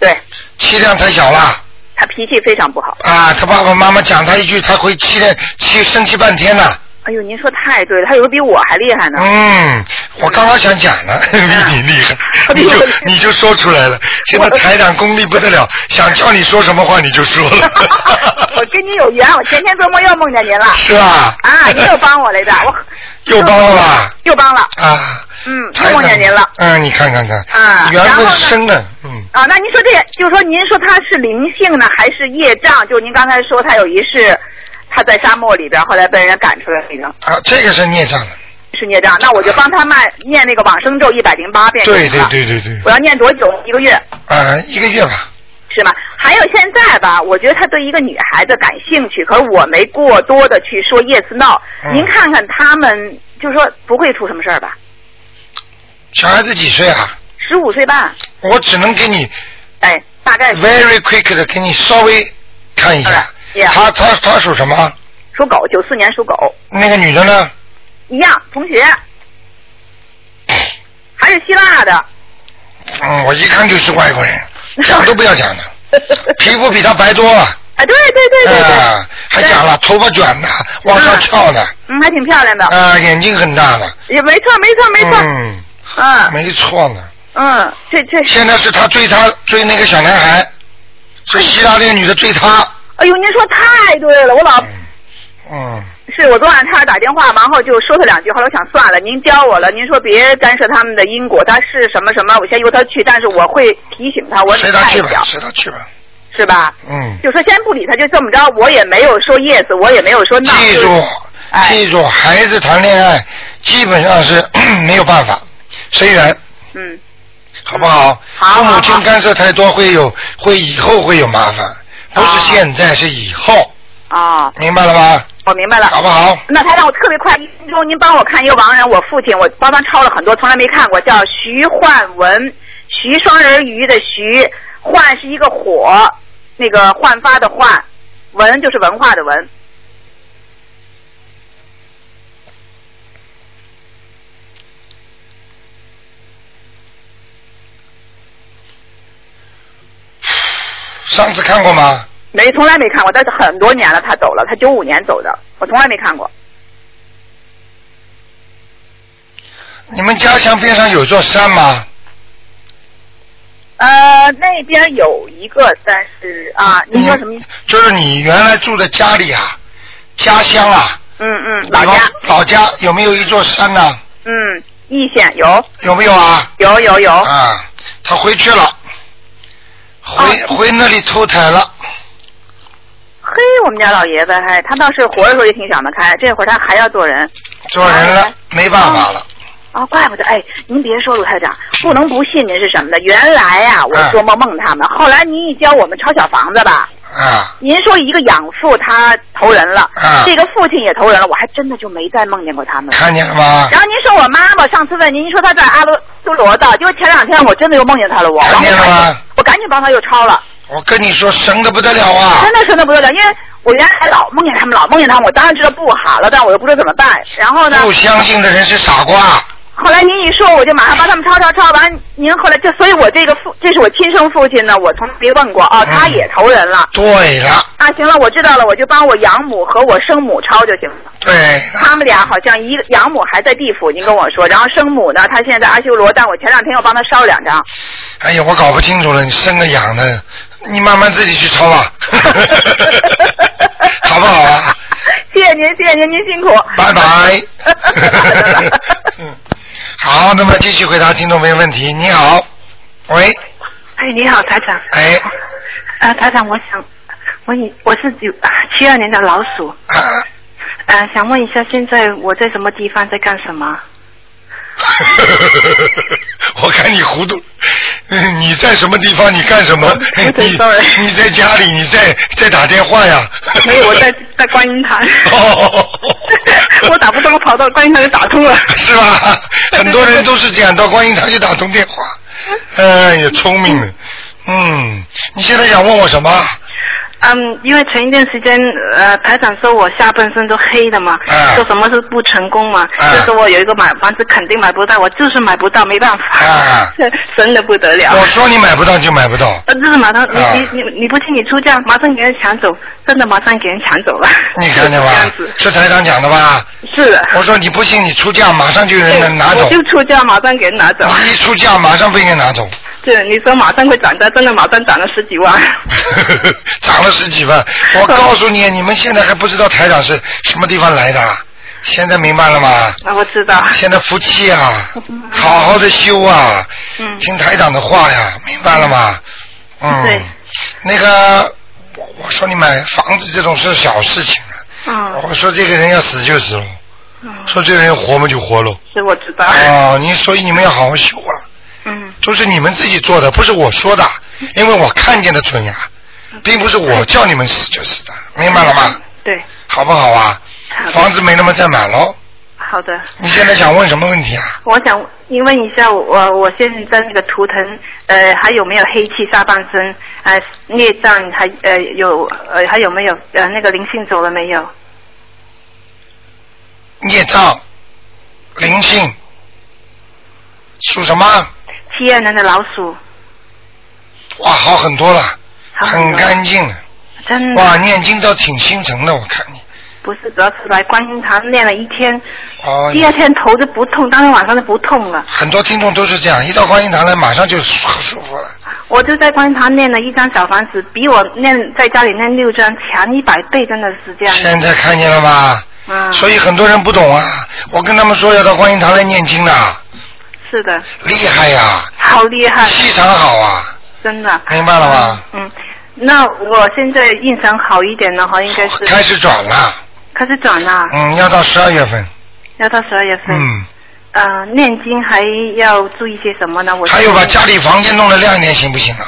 [SPEAKER 4] 对
[SPEAKER 1] 气量太小了。
[SPEAKER 4] 他脾气非常不好。
[SPEAKER 1] 啊，他爸爸妈妈讲他一句，他会气的气生气半天呢、
[SPEAKER 4] 哎呦，您说太对了，他有时候比我还厉 害呢。
[SPEAKER 1] 嗯，我刚刚想讲了，
[SPEAKER 4] 嗯
[SPEAKER 1] 比 你厉 害，
[SPEAKER 4] 哎
[SPEAKER 1] 你就你就说出来了。现在台长功力不得了，想叫你说什么话你就说
[SPEAKER 4] 我
[SPEAKER 1] 了。
[SPEAKER 4] 跟您有缘，我前天做梦又梦见您了。
[SPEAKER 1] 是吧？
[SPEAKER 4] 啊，您又帮我来着，我
[SPEAKER 1] 哎 又帮了吧？
[SPEAKER 4] 又帮了，
[SPEAKER 1] 啊，
[SPEAKER 4] 嗯，
[SPEAKER 1] 台
[SPEAKER 4] 又
[SPEAKER 1] 长
[SPEAKER 4] 梦见您了。
[SPEAKER 1] 嗯，你看看看，
[SPEAKER 4] 啊
[SPEAKER 1] 缘
[SPEAKER 4] 然后
[SPEAKER 1] 分
[SPEAKER 4] 呢
[SPEAKER 1] 深的，嗯，
[SPEAKER 4] 啊，那您说这，就是说您说他是灵性呢，还是业障？就您刚才说他有一世，他在沙漠里边，后来被人家赶出来那个
[SPEAKER 1] 啊，这个是孽障了，
[SPEAKER 4] 是业障。那我就帮他卖念那个往生咒一百零八遍就
[SPEAKER 1] 对
[SPEAKER 4] 行
[SPEAKER 1] 对
[SPEAKER 4] 了。
[SPEAKER 1] 对对对，
[SPEAKER 4] 我要念多久？一个月
[SPEAKER 1] 啊，一个月吧，
[SPEAKER 4] 是吗？还有现在吧，我觉得他对一个女孩子感兴趣，可是我没过多的去说 yes no、
[SPEAKER 1] 嗯
[SPEAKER 4] 您看看他们，就说不会出什么事儿吧？
[SPEAKER 1] 小孩子几岁啊？
[SPEAKER 4] 十五岁半，
[SPEAKER 1] 我只能给你
[SPEAKER 4] 哎，大概是
[SPEAKER 1] very quick 的给你稍微看一下
[SPEAKER 4] Yeah.，
[SPEAKER 1] 他他他属什么？
[SPEAKER 4] 属狗，九四年属狗，
[SPEAKER 1] 那个女的呢？
[SPEAKER 4] 一样同学，还是希腊的，
[SPEAKER 1] 嗯，我一看就是外国人，讲都不要讲了，皮肤比他白多了
[SPEAKER 4] 啊，对 对对对对，
[SPEAKER 1] 啊，还讲了头发卷呢，往上翘呢，
[SPEAKER 4] 嗯，还挺漂亮的，
[SPEAKER 1] 啊，眼睛很大呢，
[SPEAKER 4] 也没错没错没错，
[SPEAKER 1] 嗯，
[SPEAKER 4] 嗯
[SPEAKER 1] 没错呢。
[SPEAKER 4] 嗯，这这是，
[SPEAKER 1] 现在是他追他追那个小男孩，是希腊那个女的追他，
[SPEAKER 4] 哎呦，您说太对了，我老
[SPEAKER 1] 嗯，
[SPEAKER 4] 是我昨晚差点打电话，然后就说他两句，后来我想算了，您教我了，您说别干涉他们的因果，他是什么什么，我先由他去，但是我会提醒他，我
[SPEAKER 1] 随
[SPEAKER 4] 得
[SPEAKER 1] 他
[SPEAKER 4] 看
[SPEAKER 1] 去
[SPEAKER 4] 一
[SPEAKER 1] 吧，
[SPEAKER 4] 下，
[SPEAKER 1] 随他去吧，
[SPEAKER 4] 是吧？
[SPEAKER 1] 嗯，
[SPEAKER 4] 就说先不理他，就这么着，我也没有说 yes，我也没有说 no，
[SPEAKER 1] 记
[SPEAKER 4] 就是
[SPEAKER 1] 住，
[SPEAKER 4] 哎
[SPEAKER 1] 记住，孩子谈恋爱基本上是 没有办法，随缘，
[SPEAKER 4] 嗯，
[SPEAKER 1] 好不好？
[SPEAKER 4] 好
[SPEAKER 1] 父
[SPEAKER 4] 好
[SPEAKER 1] 母亲
[SPEAKER 4] 好
[SPEAKER 1] 干涉太多会有会以后会有麻烦，不是现在是以后，
[SPEAKER 4] 啊、
[SPEAKER 1] 明白了吗？
[SPEAKER 4] 我明白了。
[SPEAKER 1] 好不好？
[SPEAKER 4] 那台长，我特别快，一分钟您帮我看一个亡人，我父亲，我帮他抄了很多，从来没看过，叫徐焕文，徐双人鱼的徐，焕是一个火，那个焕发的焕，文就是文化的文。
[SPEAKER 1] 上次看过吗？
[SPEAKER 4] 没，从来没看过，但是很多年了，他走了，他九五年走的，我从来没看过。
[SPEAKER 1] 你们家乡边上有座山吗？
[SPEAKER 4] 呃，那边有一个，但是啊，您说什么意思？
[SPEAKER 1] 就是你原来住的家里啊，家乡啊，
[SPEAKER 4] 嗯嗯，
[SPEAKER 1] 比
[SPEAKER 4] 老
[SPEAKER 1] 方
[SPEAKER 4] 家，
[SPEAKER 1] 老家有没有一座山呢、
[SPEAKER 4] 嗯，易县有
[SPEAKER 1] 有没有啊？
[SPEAKER 4] 有有有，
[SPEAKER 1] 啊，他回去了，回、回那里投胎了。
[SPEAKER 4] 嘿，我们家老爷子，还他倒是活的时候也挺想得开，这会儿他还要做人。
[SPEAKER 1] 做人了，没办法了。
[SPEAKER 4] 啊、怪不得，哎，您别说，卢台长，不能不信您是什么的。原来呀、我
[SPEAKER 1] 嗯
[SPEAKER 4] 做梦梦他们，后来您一教我们抄小房子吧，
[SPEAKER 1] 啊，
[SPEAKER 4] 您说一个养父他投人了，
[SPEAKER 1] 嗯
[SPEAKER 4] 这个父亲也投人了，我还真的就没再梦见过他们了。
[SPEAKER 1] 看见了吗？
[SPEAKER 4] 然后您说我妈妈上次问您，您说她在阿罗修罗道，结果前两天我真的又梦见她了，我，
[SPEAKER 1] 看见了
[SPEAKER 4] 然后我赶
[SPEAKER 1] 吗啊
[SPEAKER 4] 紧？我赶紧帮她又抄了，
[SPEAKER 1] 我跟你说，神的不得了啊！
[SPEAKER 4] 真的是那不得了，因为我原来老梦见他们，老梦见他们，我当然知道不好了，但我又不知道怎么办。然后呢，
[SPEAKER 1] 不相信的人是傻瓜。
[SPEAKER 4] 后来您一说，我就马上帮他们抄抄抄完。您后来就，所以我这个父，这是我亲生父亲呢，我从来没问过哦，他也投人了。
[SPEAKER 1] 对了，
[SPEAKER 4] 啊，行了，我知道了，我就帮我养母和我生母抄就行了。
[SPEAKER 1] 对了，
[SPEAKER 4] 他们俩好像一个养母还在地府，您跟我说，然后生母呢，她现在在阿修罗，但我前两天又帮她烧了两张。
[SPEAKER 1] 哎呀，我搞不清楚了，你生个养的，你慢慢自己去抄吧，好不好啊？？
[SPEAKER 4] 谢谢您，谢谢您，您辛苦。。
[SPEAKER 1] 拜拜嗯，好，那么继续回答听众朋友问题。你好，喂，
[SPEAKER 8] 哎，你好，台长。
[SPEAKER 1] 哎，
[SPEAKER 8] 呃，台长，我想问你，我是九七二年的老鼠，
[SPEAKER 1] 啊，
[SPEAKER 8] 呃，想问一下，现在我在什么地方，在干什么？
[SPEAKER 1] 我看你糊涂，嗯你在什么地方？你干什么？哎
[SPEAKER 8] 我
[SPEAKER 1] 你
[SPEAKER 8] 很 sorry
[SPEAKER 1] 你在家里？你在在打电话呀？
[SPEAKER 8] 没有，我 在在观音堂。
[SPEAKER 1] 哦
[SPEAKER 8] 我打不通，我跑到观音堂就打通了。
[SPEAKER 1] 是吧？很多人都是这样，到观音堂就打通电话。哎呀，聪明了。嗯，你现在想问我什么？
[SPEAKER 8] 嗯，因为前一段时间，呃，台长说我下半身都黑的嘛，
[SPEAKER 1] 啊
[SPEAKER 8] 说什么是不成功嘛，
[SPEAKER 1] 啊
[SPEAKER 8] 就说我有一个买房子肯定买不到，我就是买不到，没办法，
[SPEAKER 1] 啊
[SPEAKER 8] 真的不得了。
[SPEAKER 1] 我说你买不到就买不到，
[SPEAKER 8] 呃，就是马上，你
[SPEAKER 1] 啊
[SPEAKER 8] 你你你不听你出价，马上给人抢走，真的马上给人抢走了。
[SPEAKER 1] 你看见
[SPEAKER 8] 这
[SPEAKER 1] 吧
[SPEAKER 8] 样子？
[SPEAKER 1] 是台长讲的吧？
[SPEAKER 8] 是的。
[SPEAKER 1] 我说你不信，你出价马上就有人
[SPEAKER 8] 对
[SPEAKER 1] 能拿走
[SPEAKER 8] 哎
[SPEAKER 1] 啊
[SPEAKER 8] 我，就出价，马上给人拿走。
[SPEAKER 1] 你一出价马上被人拿走，
[SPEAKER 8] 对，你说马上会涨价，真的马上涨了十几万。
[SPEAKER 1] 涨了十几万。我告诉你，你们现在还不知道台长是什么地方来的，现在明白了吗？
[SPEAKER 8] 啊，我知道。
[SPEAKER 1] 现在福气啊，好好的修啊，
[SPEAKER 8] 嗯
[SPEAKER 1] 听台长的话呀，明白了吗？嗯
[SPEAKER 8] 对，
[SPEAKER 1] 那个我我说你买房子这种是小事情了，
[SPEAKER 8] 嗯
[SPEAKER 1] 我说这个人要死就死了，
[SPEAKER 8] 嗯，
[SPEAKER 1] 说这个人活嘛就活了。
[SPEAKER 8] 是我知道。
[SPEAKER 1] 哦，你所以你们要好好修啊，
[SPEAKER 8] 哎嗯，
[SPEAKER 1] 都是你们自己做的，不是我说的，因为我看见的准呀、
[SPEAKER 8] 嗯
[SPEAKER 1] 并不是我叫你们死就死的，明白了吗？
[SPEAKER 8] 对，
[SPEAKER 1] 好不好啊？
[SPEAKER 8] 好的
[SPEAKER 1] 房子没那么再买喽。
[SPEAKER 8] 好的。
[SPEAKER 1] 你现在想问什么问题啊？
[SPEAKER 8] 我想你问一下我，我我现在那个图腾，呃，还有没有黑气下半身？呃，孽障还呃有呃还有没有呃那个灵性走了没有？
[SPEAKER 1] 孽障、灵性，属什么？
[SPEAKER 8] 七二年的老鼠，
[SPEAKER 1] 哇，好很多了，
[SPEAKER 8] 好很多
[SPEAKER 1] 很
[SPEAKER 8] 嗯了
[SPEAKER 1] 干净了。
[SPEAKER 8] 真的
[SPEAKER 1] 哇，念经倒挺心诚的，我看你。
[SPEAKER 8] 不是，主要是来观音堂练了一天，
[SPEAKER 1] 哦，
[SPEAKER 8] 第二天头就不痛，当天晚上就不痛了。
[SPEAKER 1] 很多听众都是这样，一到观音堂来马上就舒舒服了。
[SPEAKER 8] 我就在观音堂练了一张小房子，比我练在家里练六张强一百倍，真的是这样。
[SPEAKER 1] 现在看见了吧？
[SPEAKER 8] 嗯，
[SPEAKER 1] 所以很多人不懂啊，我跟他们说要到观音堂来念经的，
[SPEAKER 8] 是的，
[SPEAKER 1] 厉害呀、
[SPEAKER 8] 好厉害，
[SPEAKER 1] 气场好啊，
[SPEAKER 8] 真的。
[SPEAKER 1] 明白了吗？
[SPEAKER 8] 嗯，那我现在运程好一点的话，应该是啊
[SPEAKER 1] 开始转了，
[SPEAKER 8] 开始转了，
[SPEAKER 1] 嗯，要到十二月份，
[SPEAKER 8] 要到十二月份。
[SPEAKER 1] 嗯，
[SPEAKER 8] 呃，念经还要注意些什么呢？我
[SPEAKER 1] 嗯还有把家里房间弄得亮一点行不行啊？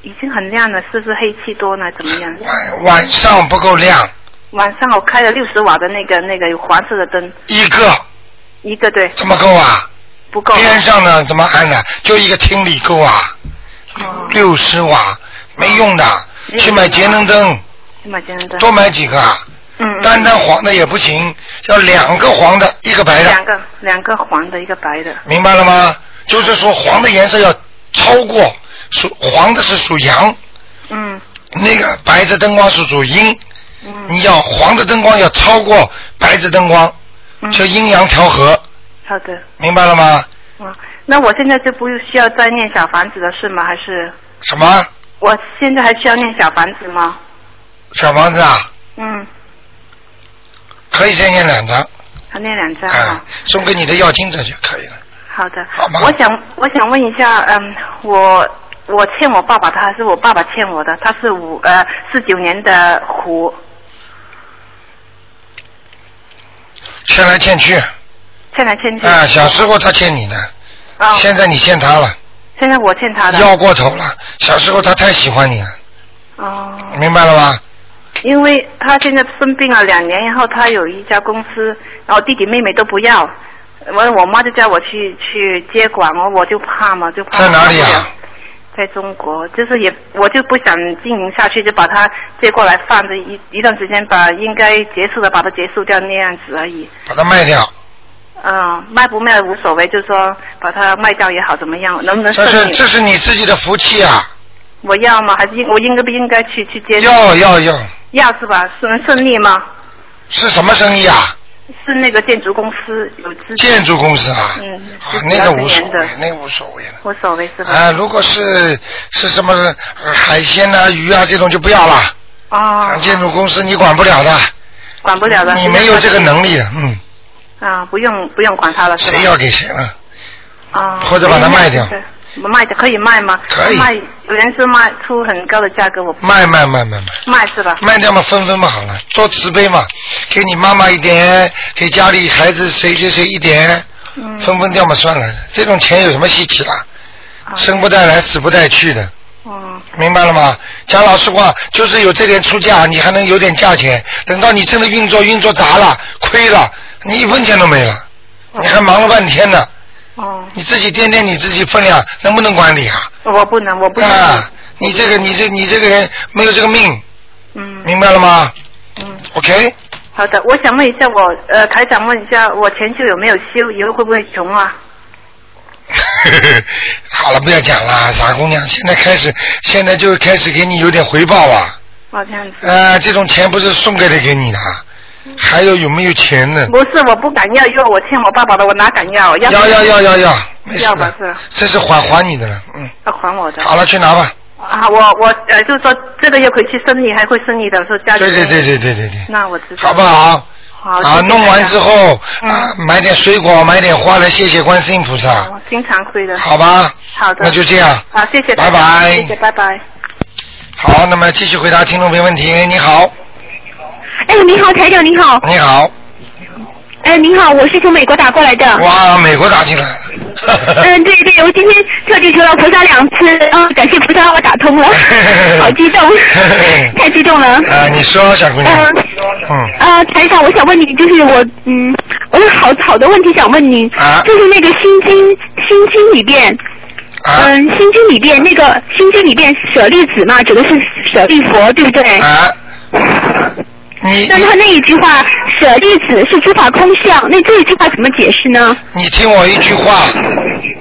[SPEAKER 8] 已经很亮了，是不是黑气多呢？怎么样？
[SPEAKER 1] 晚晚上不够亮，
[SPEAKER 8] 晚上我开了六十瓦的那个那个有黄色的灯，
[SPEAKER 1] 一个
[SPEAKER 8] 一个对
[SPEAKER 1] 怎么够啊？
[SPEAKER 8] 不够。
[SPEAKER 1] 边上呢怎么安呢？就一个厅里够啊，
[SPEAKER 8] 哦，
[SPEAKER 1] 六十瓦没用的，
[SPEAKER 8] 没有
[SPEAKER 1] 去买节能灯，
[SPEAKER 8] 去买节能灯。
[SPEAKER 1] 多买几个啊。
[SPEAKER 8] 嗯嗯
[SPEAKER 1] 单单黄的也不行，要两个黄的，一个白
[SPEAKER 8] 两
[SPEAKER 1] 的，
[SPEAKER 8] 个两个黄的，一个白的。
[SPEAKER 1] 明白了吗？就是说黄的颜色要超过，属黄的是属阳，
[SPEAKER 8] 嗯
[SPEAKER 1] 那个白的灯光是属阴，
[SPEAKER 8] 嗯
[SPEAKER 1] 你要黄的灯光要超过白的灯光，
[SPEAKER 8] 嗯，
[SPEAKER 1] 就阴阳调和，
[SPEAKER 8] 好的。
[SPEAKER 1] 明白了吗？
[SPEAKER 8] 嗯，那我现在就不需要再念小房子了，是吗？还是
[SPEAKER 1] 什么
[SPEAKER 8] 我现在还需要念小房子吗？
[SPEAKER 1] 小房子啊？
[SPEAKER 8] 嗯，
[SPEAKER 1] 可以再念两张，
[SPEAKER 8] 还念两张啊。
[SPEAKER 1] 啊，送给你的要经者就可以了。
[SPEAKER 8] 好的，
[SPEAKER 1] 嗯好吗
[SPEAKER 8] 我想我想问一下，嗯，我我欠我爸爸的还是我爸爸欠我的？他是五呃四九年的虎，
[SPEAKER 1] 欠来欠去，
[SPEAKER 8] 欠来欠去。
[SPEAKER 1] 啊，小时候他欠你的，
[SPEAKER 8] 啊，
[SPEAKER 1] 现在你欠他了，
[SPEAKER 8] 现在我欠他的。
[SPEAKER 1] 要过头了。小时候他太喜欢你了，
[SPEAKER 8] 哦，
[SPEAKER 1] 明白了吗？
[SPEAKER 8] 因为他现在生病了两年，然后他有一家公司，然后弟弟妹妹都不要，完了我妈就叫我去去接管，我我就怕嘛，就怕。
[SPEAKER 1] 在哪里啊？
[SPEAKER 8] 在中国，就是也我就不想经营下去，就把它接过来放着一一段时间，把应该结束的把它结束掉那样子而已。
[SPEAKER 1] 把它卖掉，
[SPEAKER 8] 嗯，卖不卖无所谓，就说把它卖掉也好，怎么样，能不能
[SPEAKER 1] 这是
[SPEAKER 8] 顺利？
[SPEAKER 1] 这是你自己的福气啊！
[SPEAKER 8] 我要吗？还是应我应该不应该去去接？
[SPEAKER 1] 要要要，
[SPEAKER 8] 要是吧？是能顺利吗？
[SPEAKER 1] 是什么生意啊？
[SPEAKER 8] 是那个建筑公司有资金，
[SPEAKER 1] 建筑公司啊？
[SPEAKER 8] 嗯
[SPEAKER 1] 啊
[SPEAKER 8] 是，
[SPEAKER 1] 那个无
[SPEAKER 8] 主要是
[SPEAKER 1] 所
[SPEAKER 8] 沿着
[SPEAKER 1] 谓，那个无所谓了。
[SPEAKER 8] 无所谓是吧？
[SPEAKER 1] 啊，如果是是什么呃海鲜呐、鱼啊这种就不要了，
[SPEAKER 8] 哦，
[SPEAKER 1] 啊建筑公司你管不了的，
[SPEAKER 8] 管不了了。
[SPEAKER 1] 你没有这个能力的，嗯，
[SPEAKER 8] 啊，不用不用管它了，是吧
[SPEAKER 1] 谁要给谁了？
[SPEAKER 8] 啊，
[SPEAKER 1] 或者把它卖掉
[SPEAKER 8] 对。卖掉可以卖吗？
[SPEAKER 1] 可以
[SPEAKER 8] 卖，有人说卖出很高的价格，我不
[SPEAKER 1] 卖卖卖卖卖，
[SPEAKER 8] 卖是吧？
[SPEAKER 1] 卖掉嘛，分分嘛，好了，做慈悲嘛，给你妈妈一点，给家里孩子谁谁谁一点，
[SPEAKER 8] 嗯，
[SPEAKER 1] 分分掉嘛算了，这种钱有什么稀奇啦？
[SPEAKER 8] 啊
[SPEAKER 1] 生不带来，死不带去的，
[SPEAKER 8] 嗯，
[SPEAKER 1] 明白了吗？讲老实话，就是有这点出价，你还能有点价钱。等到你真的运作运作砸了、亏了，你一分钱都没了，你还忙了半天呢。
[SPEAKER 8] 哦，
[SPEAKER 1] 你自己掂掂你自己分量，能不能管理啊？
[SPEAKER 8] 我不能，我不能，
[SPEAKER 1] 啊，你这个你这你这个人没有这个命，
[SPEAKER 8] 嗯
[SPEAKER 1] 明白了吗
[SPEAKER 8] 嗯，
[SPEAKER 1] ？OK，
[SPEAKER 8] 好的，我想问一下我呃台长问一下我前妻有没有修，以后会不会穷啊？
[SPEAKER 1] 好了，不要讲了，傻姑娘，现在开始，现在就开始给你有点回报啊。
[SPEAKER 8] 哦，这样子，
[SPEAKER 1] 啊，这种钱不是送给了给你的啊，还有有没有钱呢？
[SPEAKER 8] 不是我不敢要，因为我欠我爸爸的，我哪敢要？要
[SPEAKER 1] 要要要要要，没事
[SPEAKER 8] 要吧
[SPEAKER 1] 的，
[SPEAKER 8] 是
[SPEAKER 1] 这是还还你的了，嗯，
[SPEAKER 8] 要还我的。
[SPEAKER 1] 好了，去拿吧。
[SPEAKER 8] 啊，我我呃，就是说这个月回去生意还会生意的，说家里
[SPEAKER 1] 对对对对对对对，
[SPEAKER 8] 那我知道。
[SPEAKER 1] 好不好？
[SPEAKER 8] 好
[SPEAKER 1] 啊，弄完之，后啊，
[SPEAKER 8] 嗯
[SPEAKER 1] 买点水果，买点花来谢谢观世音菩
[SPEAKER 8] 谢谢台长
[SPEAKER 1] 萨，
[SPEAKER 8] 我经常会的。
[SPEAKER 1] 好吧？
[SPEAKER 8] 好的，
[SPEAKER 1] 那就这样。
[SPEAKER 8] 好，谢谢
[SPEAKER 1] 拜
[SPEAKER 8] 台长，
[SPEAKER 1] 拜
[SPEAKER 8] 谢谢，拜拜。
[SPEAKER 1] 好，那么继续回答听众朋友问题。你好，
[SPEAKER 9] 哎，你好，台长，你好。
[SPEAKER 1] 你好，
[SPEAKER 9] 哎，你好，我是从美国打过来的。
[SPEAKER 1] 哇，美国打进来了，
[SPEAKER 9] 嗯，对对，我今天特地求了菩萨两次，啊、感谢菩萨，我打 通了，好激动，太激动了。
[SPEAKER 1] 啊，你说，小姑娘，
[SPEAKER 9] 嗯
[SPEAKER 1] 嗯，
[SPEAKER 9] 啊，台长，我想问你，就是我，嗯，我有好好的问题想问你，
[SPEAKER 1] 啊
[SPEAKER 9] 就是那个心经，心经里边，
[SPEAKER 1] 啊
[SPEAKER 9] 嗯，心经里边那个心经里边舍利子嘛，指的是舍利佛，对不对？
[SPEAKER 1] 啊，你
[SPEAKER 9] 呃那他那一句话“舍利子是诸法空相”，那这一句话怎么解释呢？
[SPEAKER 1] 你听我一句话，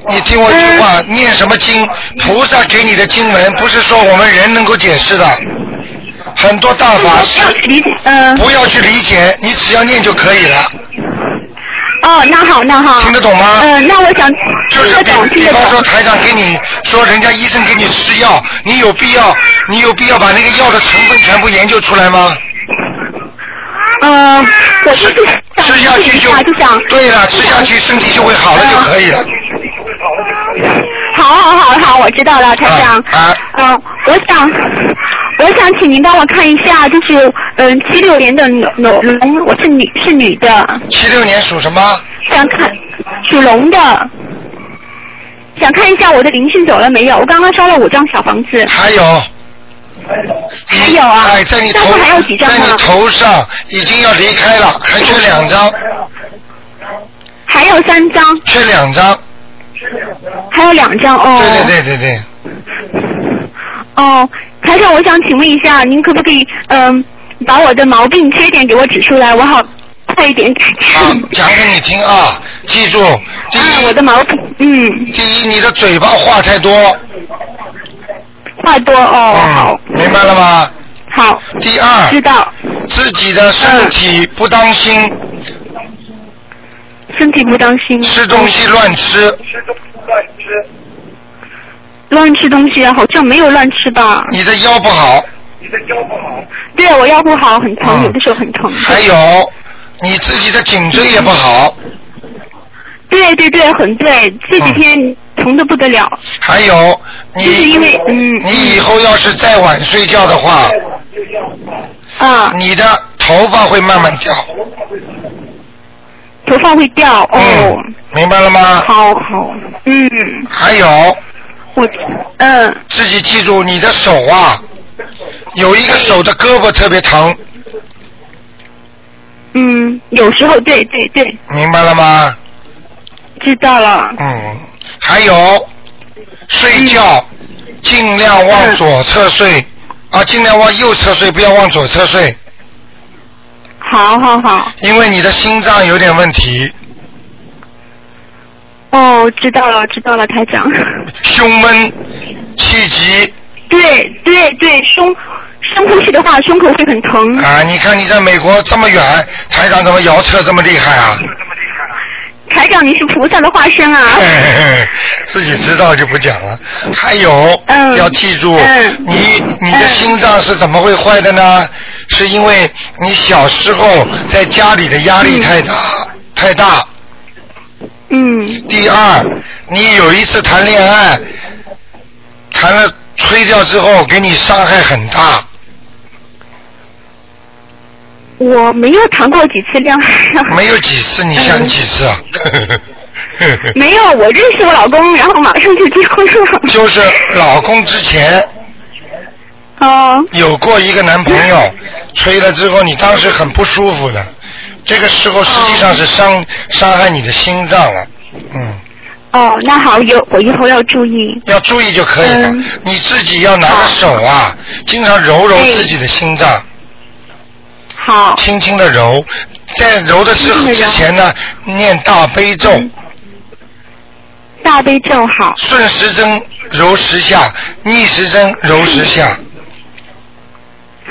[SPEAKER 1] 你听我一句话，念什么经，菩萨给你的经文，不是说我们人能够解释的。很多大法师，
[SPEAKER 9] 呃
[SPEAKER 1] 不要去理解，你只要念就可以了。
[SPEAKER 9] 哦，那好，那好。
[SPEAKER 1] 听得懂吗？
[SPEAKER 9] 嗯，那我想
[SPEAKER 1] 就是比比方说台长给你说，人家医生给你吃药，你有必要，你有必要把那个药的成分全部研究出来吗？
[SPEAKER 9] 嗯，我就是吃
[SPEAKER 1] 下去就
[SPEAKER 9] 就想
[SPEAKER 1] 对了，吃下去身体就会好了就可以了。
[SPEAKER 9] 好好好好，我知道了，台长。啊。嗯、我想，我想请您帮我看一下，就是嗯，七六年的龙龙，我是女是女的，
[SPEAKER 1] 七六年属什么？
[SPEAKER 9] 想看属龙的，想看一下我的灵性走了没有？我刚刚烧了五张小房子。
[SPEAKER 1] 还有。
[SPEAKER 9] 还有啊。
[SPEAKER 1] 哎，在你
[SPEAKER 9] 但
[SPEAKER 1] 头
[SPEAKER 9] 是还有几张
[SPEAKER 1] 在你
[SPEAKER 9] 呢？
[SPEAKER 1] 头上已经要离开了，还缺两张，
[SPEAKER 9] 哦还有三张，
[SPEAKER 1] 缺两张。
[SPEAKER 9] 还有两张哦。
[SPEAKER 1] 对对对对对。
[SPEAKER 9] 哦，台长，我想请问一下，您可不可以嗯，把我的毛病缺点给我指出来，我好快一点改 正。
[SPEAKER 1] 啊讲给你听 啊，记住，第一，
[SPEAKER 9] 啊我的毛病，嗯，
[SPEAKER 1] 第一，你的嘴巴话太多，嗯
[SPEAKER 9] 话多哦，好，
[SPEAKER 1] 明白了吗？
[SPEAKER 9] 好。
[SPEAKER 1] 第二，
[SPEAKER 9] 知道
[SPEAKER 1] 自己的身体不当心，
[SPEAKER 9] 嗯身体不当心，
[SPEAKER 1] 吃东西乱吃，
[SPEAKER 9] 乱吃东西啊，好像没有乱吃吧？
[SPEAKER 1] 你的腰不好，
[SPEAKER 9] 嗯对，啊我腰不好，很
[SPEAKER 1] 嗯
[SPEAKER 9] 疼，有的时候很疼。
[SPEAKER 1] 还有你自己的颈椎也不好，
[SPEAKER 9] 对对对，很对，这几天疼的不得了，
[SPEAKER 1] 还有
[SPEAKER 9] 就是
[SPEAKER 1] 嗯你
[SPEAKER 9] 因为嗯
[SPEAKER 1] 你以后要是再晚睡觉的话，
[SPEAKER 9] 啊，
[SPEAKER 1] 你的头发会慢慢掉，
[SPEAKER 9] 头发会掉哦，
[SPEAKER 1] 嗯明白了吗？
[SPEAKER 9] 好好，嗯，
[SPEAKER 1] 还有
[SPEAKER 9] 我嗯。
[SPEAKER 1] 自己记住，你的手啊，有一个手的胳膊特别疼，
[SPEAKER 9] 嗯，有时候对对对，
[SPEAKER 1] 明白了吗？
[SPEAKER 9] 知道了。
[SPEAKER 1] 嗯，还有睡觉、尽量往左侧睡，啊，尽量往右侧睡，不要往左侧睡，
[SPEAKER 9] 好好好，
[SPEAKER 1] 因为你的心脏有点问题，
[SPEAKER 9] 哦，知道了知道了，台 长。
[SPEAKER 1] 胸闷、气急
[SPEAKER 9] 对对对，胸深呼吸的话，胸口会很疼。
[SPEAKER 1] 啊。你看你在美国这么远，台长怎么摇车这么厉害啊？
[SPEAKER 9] 台长，你是菩萨的化身啊！
[SPEAKER 1] 自己知道就不讲了。还有，
[SPEAKER 9] 嗯
[SPEAKER 1] 要记住，
[SPEAKER 9] 嗯
[SPEAKER 1] 你你的心脏是怎么会坏的呢？是因为你小时候在家里的压力太大、太大。
[SPEAKER 9] 嗯，
[SPEAKER 1] 第二，你有一次谈恋爱，谈了吹掉之后，给你伤害很大。
[SPEAKER 9] 我没有谈过几次恋 爱，啊
[SPEAKER 1] 没有几次，你
[SPEAKER 9] 嗯
[SPEAKER 1] 想几次啊？
[SPEAKER 9] 没有，我认识我老公，然后马上就结婚了。
[SPEAKER 1] 就是老公之前
[SPEAKER 9] 哦，
[SPEAKER 1] 有过一个男朋友，吹了之后你当时很不舒服的，这个时候实际上是伤、伤害你的心脏了，嗯，
[SPEAKER 9] 哦，那好，有我以后要注意。
[SPEAKER 1] 要注意就可以了。
[SPEAKER 9] 嗯
[SPEAKER 1] 你自己要拿着手啊，经常揉揉自己的心脏，
[SPEAKER 9] 好，
[SPEAKER 1] 轻轻的揉，在揉的之
[SPEAKER 9] 轻轻地揉
[SPEAKER 1] 之前呢，念大悲咒，
[SPEAKER 9] 大悲咒好，
[SPEAKER 1] 顺时针揉十下，逆时针揉十下，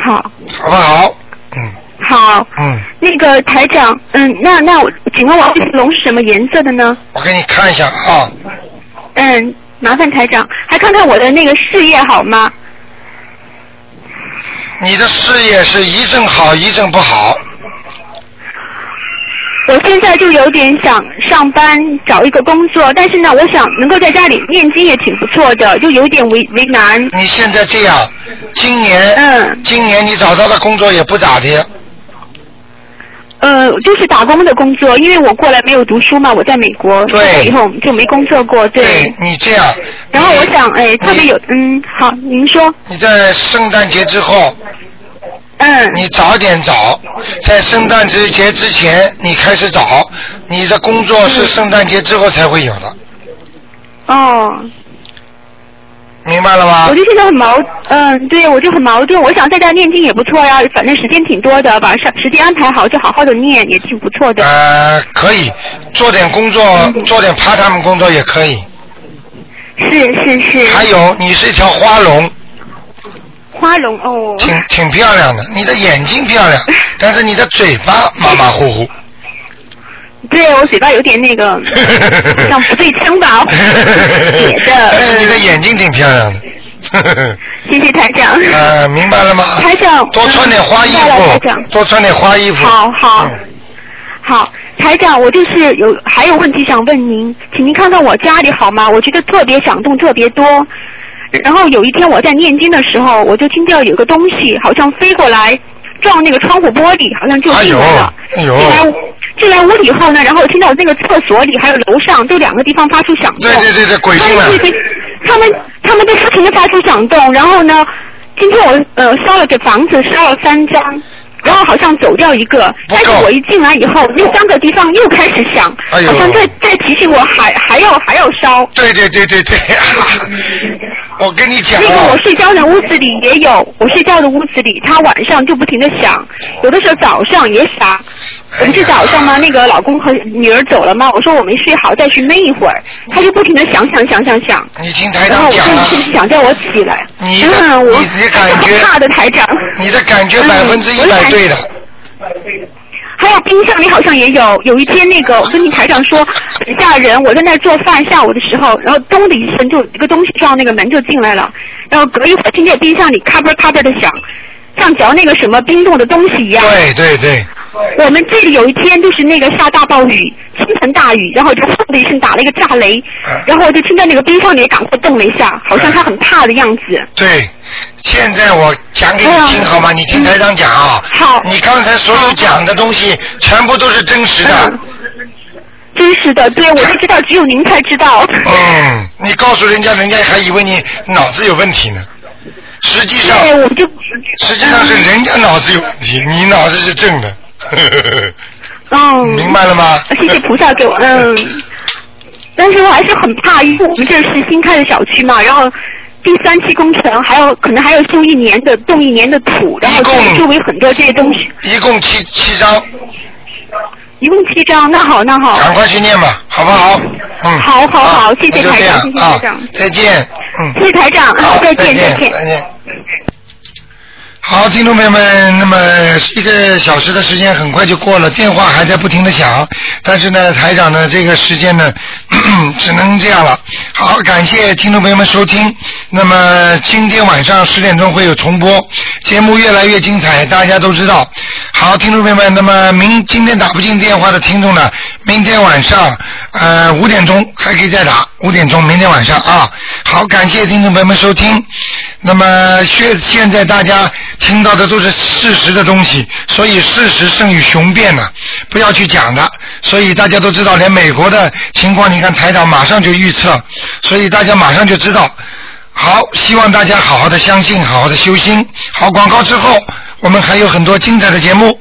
[SPEAKER 9] 好，
[SPEAKER 1] 好不好？嗯
[SPEAKER 9] 好。
[SPEAKER 1] 嗯，
[SPEAKER 9] 那个台长，嗯，那那我，请问我龙是什么颜色的呢？
[SPEAKER 1] 我给你看一下啊，
[SPEAKER 9] 嗯，麻烦台长，还看看我的那个事业好吗？
[SPEAKER 1] 你的事业是一阵好一阵不好。
[SPEAKER 9] 我现在就有点想上班找一个工作，但是呢，我想能够在家里念经也挺不错的，就有点为为难。
[SPEAKER 1] 你现在这样，今年、
[SPEAKER 9] 嗯，
[SPEAKER 1] 今年你找到的工作也不咋地，
[SPEAKER 9] 呃，就是打工的工作，因为我过来没有读书嘛，我在美国，
[SPEAKER 1] 对
[SPEAKER 9] 出来以后就没工作过，对。
[SPEAKER 1] 你这样，
[SPEAKER 9] 然后我想，哎，特别有，嗯，好，您说，
[SPEAKER 1] 你在圣诞节之后，
[SPEAKER 9] 嗯，
[SPEAKER 1] 你早点找，在圣诞节之前你开始找，你的工作是圣诞节之后才会有的，
[SPEAKER 9] 哦，
[SPEAKER 1] 明白白了吗
[SPEAKER 9] 我就现在很矛，嗯，对，我就很矛盾。我想在家念经也不错呀，反正时间挺多的，把上时间安排好，就好好的念，也挺不错的。
[SPEAKER 1] 呃，可以做点工作，
[SPEAKER 9] 嗯
[SPEAKER 1] 做点 part time 工作也可以。
[SPEAKER 9] 是是是。
[SPEAKER 1] 还有，你是一条花龙，
[SPEAKER 9] 花龙哦，
[SPEAKER 1] 挺挺漂亮的，你的眼睛漂 亮，但是你的嘴巴马马虎虎。
[SPEAKER 9] 对我嘴巴有点 那个， 像不对称吧，写的。嗯
[SPEAKER 1] 但是哎你的眼睛挺漂亮的。
[SPEAKER 9] 谢谢台长。
[SPEAKER 1] 呃，明白了吗？
[SPEAKER 9] 台长，
[SPEAKER 1] 多穿点花衣
[SPEAKER 9] 嗯明白了台
[SPEAKER 1] 服
[SPEAKER 9] 长，
[SPEAKER 1] 多穿点花衣服。嗯
[SPEAKER 9] 好好、好，台长，我就是有还有问题想问您，请您看看我家里好吗？我觉得特别响动，特别多。然后有一天我在念经的时候，我就听到有个东西好像飞过来，撞那个窗户玻璃，好像就
[SPEAKER 1] 哎
[SPEAKER 9] 进
[SPEAKER 1] 呦
[SPEAKER 9] 来了。，
[SPEAKER 1] 哎呦，
[SPEAKER 9] 进来屋进来屋里后呢，然后我听到那个厕所里还有楼上都两个地方发出响动。
[SPEAKER 1] 对对对对，鬼进来
[SPEAKER 9] 他们
[SPEAKER 1] 了
[SPEAKER 9] 就。被哎他们他们都不停的发出响动，然后呢，今天我呃烧了给房子烧了三张，然后好像走掉一个，
[SPEAKER 1] 不
[SPEAKER 9] 但
[SPEAKER 1] 够
[SPEAKER 9] 是我一进来以后，那三个地方又开始响，
[SPEAKER 1] 哎呦
[SPEAKER 9] 好像在在提醒我还还要还要烧。
[SPEAKER 1] 对对对对对， 我跟你讲
[SPEAKER 9] 那个
[SPEAKER 1] 啊
[SPEAKER 9] 我，睡觉的屋子里也有，我睡觉的屋子里，它晚上就不停的响，有的时候早上也响。
[SPEAKER 1] 哎
[SPEAKER 9] 我们是早上吗？那个老公和女儿走了吗？我说我没睡好，再去闷一会儿，它就不停的响响响响响。
[SPEAKER 1] 你听台
[SPEAKER 9] 然后
[SPEAKER 1] 长讲
[SPEAKER 9] 我
[SPEAKER 1] 啊
[SPEAKER 9] 就
[SPEAKER 1] 了，
[SPEAKER 9] 是想叫我起来。
[SPEAKER 1] 你的
[SPEAKER 9] 嗯，我
[SPEAKER 1] 你你感觉
[SPEAKER 9] 很怕的台长。
[SPEAKER 1] 你的感觉
[SPEAKER 9] 嗯
[SPEAKER 1] 百分之一百对的。
[SPEAKER 9] 还有冰箱里好像也有，有一天那个我跟你台长说，很吓人。我在那儿做饭，下午的时候，然后咚的一声就一个东西撞那个门就进来了，然后隔一会儿听见冰箱里咔嘣咔嘣的响，像嚼那个什么冰冻的东西一样。
[SPEAKER 1] 对对对，
[SPEAKER 9] 我们这里有一天就是那个下大暴雨，倾盆大雨，然后就轰的一声打了一个炸雷，
[SPEAKER 1] 嗯
[SPEAKER 9] 然后我就听到那个冰箱里赶快动了一下，好像他很怕的样子。
[SPEAKER 1] 对，现在我讲给你
[SPEAKER 9] 哎
[SPEAKER 1] 听
[SPEAKER 9] 呀
[SPEAKER 1] 好吗？你听台长讲啊。
[SPEAKER 9] 好
[SPEAKER 1] 你刚才所有讲的东西全部都是真实
[SPEAKER 9] 嗯
[SPEAKER 1] 的。
[SPEAKER 9] 真是的，对我就知道，只有您才知道。
[SPEAKER 1] 嗯， 你告诉人家，人家还以为你脑子有问题呢。实际上，
[SPEAKER 9] 哎对，我就
[SPEAKER 1] 实际上是人家脑子有问题，你脑子是正的。
[SPEAKER 9] 嗯，
[SPEAKER 1] 明白了吗？
[SPEAKER 9] 谢谢菩萨给我，嗯，但是我还是很怕，因为我们这是新开的小区嘛，然后第三期工程还有可能还要修一年的动一年的土，然后
[SPEAKER 1] 一共
[SPEAKER 9] 周围很多这些东西，
[SPEAKER 1] 一共七七张，
[SPEAKER 9] 一共七张，那好那好，
[SPEAKER 1] 赶快去念吧，好不好？嗯。
[SPEAKER 9] 好好好
[SPEAKER 1] 啊
[SPEAKER 9] 谢谢
[SPEAKER 1] 那就
[SPEAKER 9] 台
[SPEAKER 1] 这
[SPEAKER 9] 长
[SPEAKER 1] 样
[SPEAKER 9] 谢谢
[SPEAKER 1] 啊
[SPEAKER 9] 台长
[SPEAKER 1] 再见。嗯。
[SPEAKER 9] 谢谢台长，
[SPEAKER 1] 好，
[SPEAKER 9] 再
[SPEAKER 1] 见，
[SPEAKER 9] 见再见。
[SPEAKER 1] 再见。好，听众朋友们，那么一个小时的时间很快就过了，电话还在不停的响，但是呢，台长呢，这个时间呢， 只能这样了。好，感谢听众朋友们收听。那么今天晚上十点钟会有重播，节目越来越精彩，大家都知道。好，听众朋友们，那么明今天打不进电话的听众呢，明天晚上呃五点钟还可以再打，五点钟明天晚上啊。好，感谢听众朋友们收听。那么现现在大家听到的都是事实的东西，所以事实胜于雄辩呐、不要去讲的。所以大家都知道，连美国的情况，你看台长马上就预测，所以大家马上就知道。好，希望大家好好的相信，好好的修心。好，广告之后，我们还有很多精彩的节目。